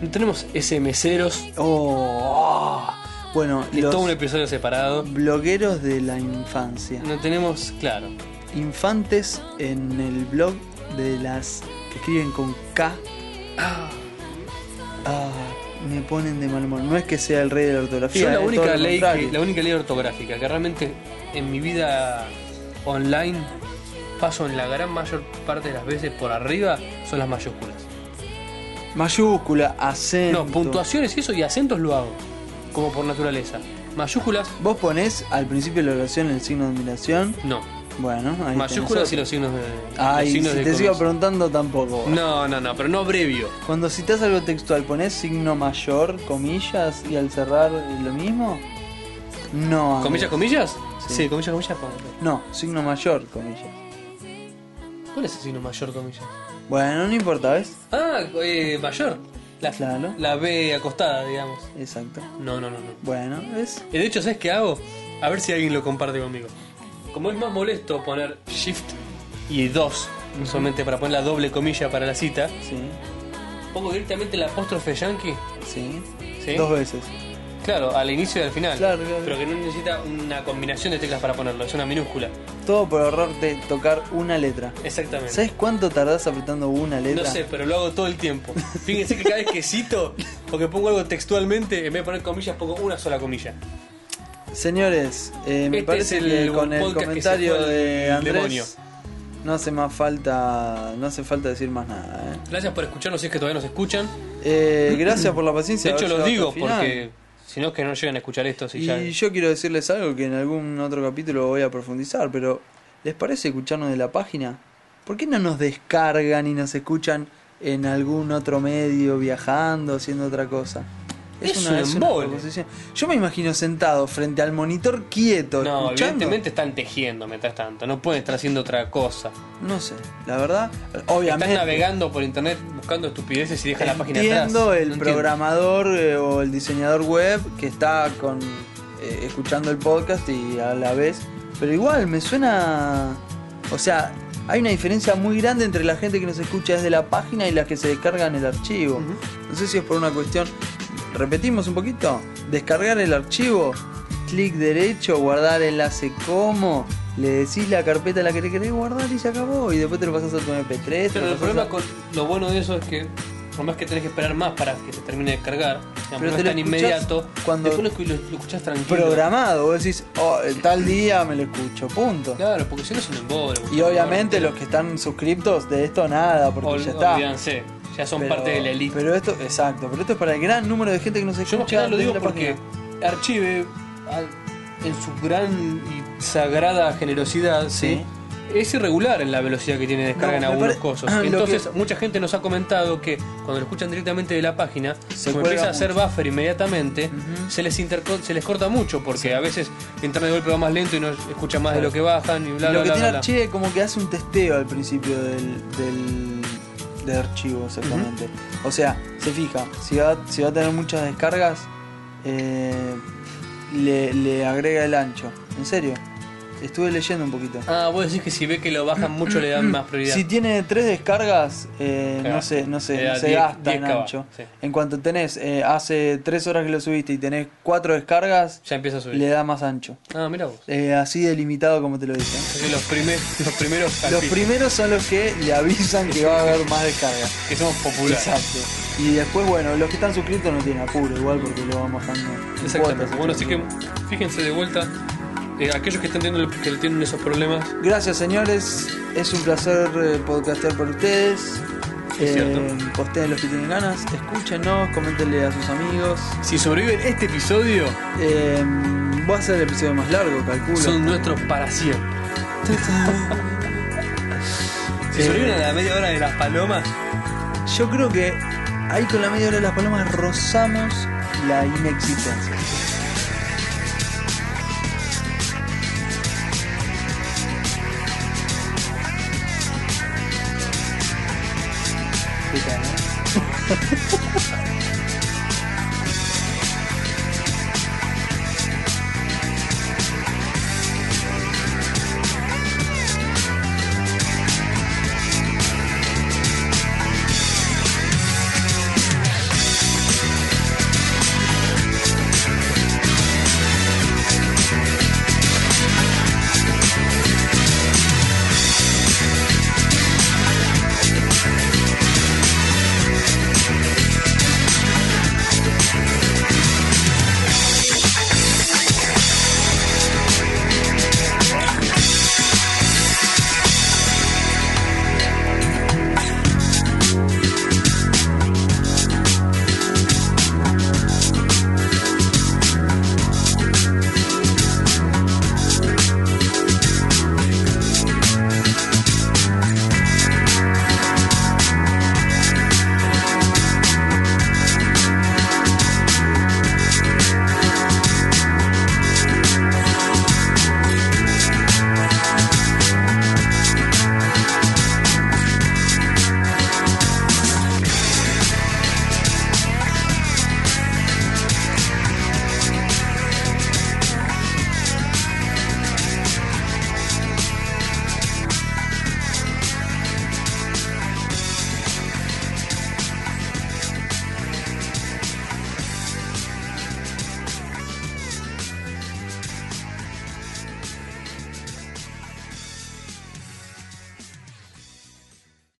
S2: No tenemos SMCeros.
S1: Oh, bueno,
S2: Es
S1: los
S2: todo un episodio separado.
S1: blogueros de la infancia.
S2: No tenemos. Claro.
S1: Infantes en el blog de las que escriben con K. Ah, me ponen de mal humor. No es que sea el rey de la ortografía.
S2: Yo
S1: eh,
S2: la
S1: todo
S2: única,
S1: lo
S2: ley
S1: contrario.
S2: que- la única ley ortográfica que realmente en mi vida online paso en la gran mayor parte de las veces por arriba son las mayúsculas.
S1: Mayúscula, acento.
S2: No, puntuaciones y eso y acentos lo hago. Como por naturaleza. Mayúsculas,
S1: Vos ponés al principio de la oración el signo de admiración.
S2: no.
S1: Bueno, ahí
S2: Mayúsculas y
S1: tenés
S2: los
S1: otro.
S2: signos de.
S1: Ay,
S2: los signos
S1: si
S2: de
S1: te sigo
S2: comercio.
S1: preguntando tampoco.
S2: No, no, no, pero no brevio.
S1: Cuando citas algo textual, ¿pones signo mayor, comillas, y al cerrar eh, lo mismo? No.
S2: ¿Comillas,
S1: Andrés.
S2: comillas?
S1: Sí.
S2: Sí, comillas, comillas. pa-
S1: No, signo mayor, comillas.
S2: ¿Cuál es el signo mayor, comillas?
S1: Bueno, no importa, ¿ves?
S2: Ah, eh, mayor. La,
S1: Claro.
S2: la B acostada, digamos.
S1: Exacto.
S2: No, no, no, no.
S1: Bueno, ¿ves?
S2: Eh, De hecho, ¿sabes qué hago? A ver si alguien lo comparte conmigo. Como es más molesto poner shift y 2, solamente para poner la doble comilla para la cita,
S1: Sí,
S2: pongo directamente la apóstrofe yankee.
S1: sí.
S2: ¿Sí?
S1: Dos veces.
S2: claro, al inicio y al final.
S1: Claro, claro.
S2: Pero que no necesita una combinación de teclas para ponerlo, es una minúscula.
S1: Todo por error de tocar una letra.
S2: Exactamente.
S1: ¿Sabes cuánto tardás apretando una letra?
S2: No sé, pero lo hago todo el tiempo. Fíjense que cada vez que cito o que pongo algo textualmente, en vez de poner comillas, pongo una sola comilla.
S1: Señores, eh, me
S2: Este
S1: parece
S2: es el
S1: que con el
S2: podcast que se
S1: comentario
S2: fue al
S1: de Andrés
S2: demonio.
S1: no hace más falta, no hace falta decir más nada. ¿eh?
S2: Gracias por escucharnos si es que todavía nos escuchan.
S1: Eh, gracias por la paciencia.
S2: De
S1: de
S2: hecho,
S1: haber
S2: los
S1: llegado
S2: digo
S1: hasta el final.
S2: porque si no, es que no llegan a escuchar esto. Si ya...
S1: Y yo quiero decirles algo que en algún otro capítulo voy a profundizar, pero ¿les parece escucharnos de la página? ¿Por qué no nos descargan y nos escuchan en algún otro medio, viajando, haciendo otra cosa?
S2: Es un embole.
S1: proposición. Yo me imagino sentado frente al monitor quieto,
S2: No,
S1: escuchando.
S2: evidentemente están tejiendo mientras tanto. No pueden estar haciendo otra cosa.
S1: No sé, la verdad, obviamente.
S2: Están navegando por internet buscando estupideces y dejan la página atrás.
S1: Entiendo el
S2: No entiendo.
S1: programador eh, o el diseñador web que está con eh, escuchando el podcast y a la vez, pero igual me suena, o sea, hay una diferencia muy grande entre la gente que nos escucha desde la página y las que se descargan el archivo. No sé si es por una cuestión, repetimos un poquito, descargar el archivo, clic derecho, guardar enlace como. Le decís la carpeta en la que le querés guardar y se acabó. Y después te lo pasas a tu MP3. te lo
S2: Pero el
S1: pasás a-
S2: problema con lo bueno de eso es que por más que tenés que esperar más para que se termine de cargar, digamos,
S1: Pero
S2: no
S1: te
S2: es
S1: lo
S2: tan
S1: escuchás
S2: inmediato.
S1: cuando-
S2: Después lo, escu- lo escuchás tranquilo.
S1: programado. Vos decís, oh, el tal día me lo escucho, punto.
S2: Claro, porque si no es un embolo.
S1: Y obviamente los que están suscriptos de esto nada, porque
S2: Ol-
S1: ya está.
S2: Olvídense, ya son
S1: Pero-
S2: parte de la elite.
S1: Pero esto, exacto, pero esto es para el gran número de gente que nos
S2: Yo más que
S1: escucha.
S2: nada lo
S1: desde
S2: digo
S1: la
S2: porque
S1: página.
S2: Archive, al- en su gran y sagrada generosidad, ¿sí? es irregular en la velocidad que tiene de descarga
S1: No,
S2: en
S1: me
S2: algunos
S1: pare- Ah,
S2: cosos.
S1: lo
S2: Entonces,
S1: que-
S2: mucha gente nos ha comentado que cuando lo escuchan directamente de la página,
S1: Se
S2: como empieza
S1: cuelga
S2: a hacer
S1: mucho.
S2: buffer inmediatamente,
S1: Ujú.
S2: se, les interco- se les corta mucho porque a veces entran de golpe va más lento y no escuchan más de lo que bajan y bla,
S1: lo
S2: bla,
S1: que
S2: bla,
S1: tiene
S2: bla, bla.
S1: Archive como que hace un testeo al principio del, del, del archivo, exactamente. O sea, se fija, si va, si va a tener muchas descargas, eh, le, le agrega el ancho. En serio, estuve leyendo un poquito.
S2: Ah, vos decís que si ve que lo bajan mucho le dan más prioridad.
S1: Si tiene tres descargas, eh,
S2: Claro.
S1: no sé, no sé,
S2: Le da
S1: no se
S2: 10
S1: gasta en
S2: 10 kb,
S1: ancho.
S2: sí.
S1: En cuanto tenés, eh, hace tres horas que lo subiste y tenés cuatro descargas,
S2: Ya empieza a subir.
S1: le da más ancho.
S2: Ah, mira vos.
S1: Eh, así delimitado como te lo dije.
S2: Así que Los, primer- los primeros al
S1: Los
S2: piso,
S1: primeros son los que le avisan que va a haber más descargas.
S2: que somos populares.
S1: Exacto. Y después, bueno, los que están suscritos no tienen apuro, igual porque lo van bajando. en cuotas,
S2: Exactamente. Bueno, así que fíjense de vuelta. eh, aquellos que están teniendo, que tienen esos problemas,
S1: Gracias, señores. Es un placer eh, podcastear por ustedes. Eh,
S2: Es cierto.
S1: posteen los que tienen ganas, escúchenos, coméntenle a sus amigos.
S2: si sobreviven este episodio,
S1: Eh, va a ser el episodio más largo, calculo.
S2: son nuestros para siempre. Si
S1: Eh,
S2: sobreviven a la media hora de las palomas,
S1: Yo creo que ahí con la media hora de las palomas rozamos la inexistencia.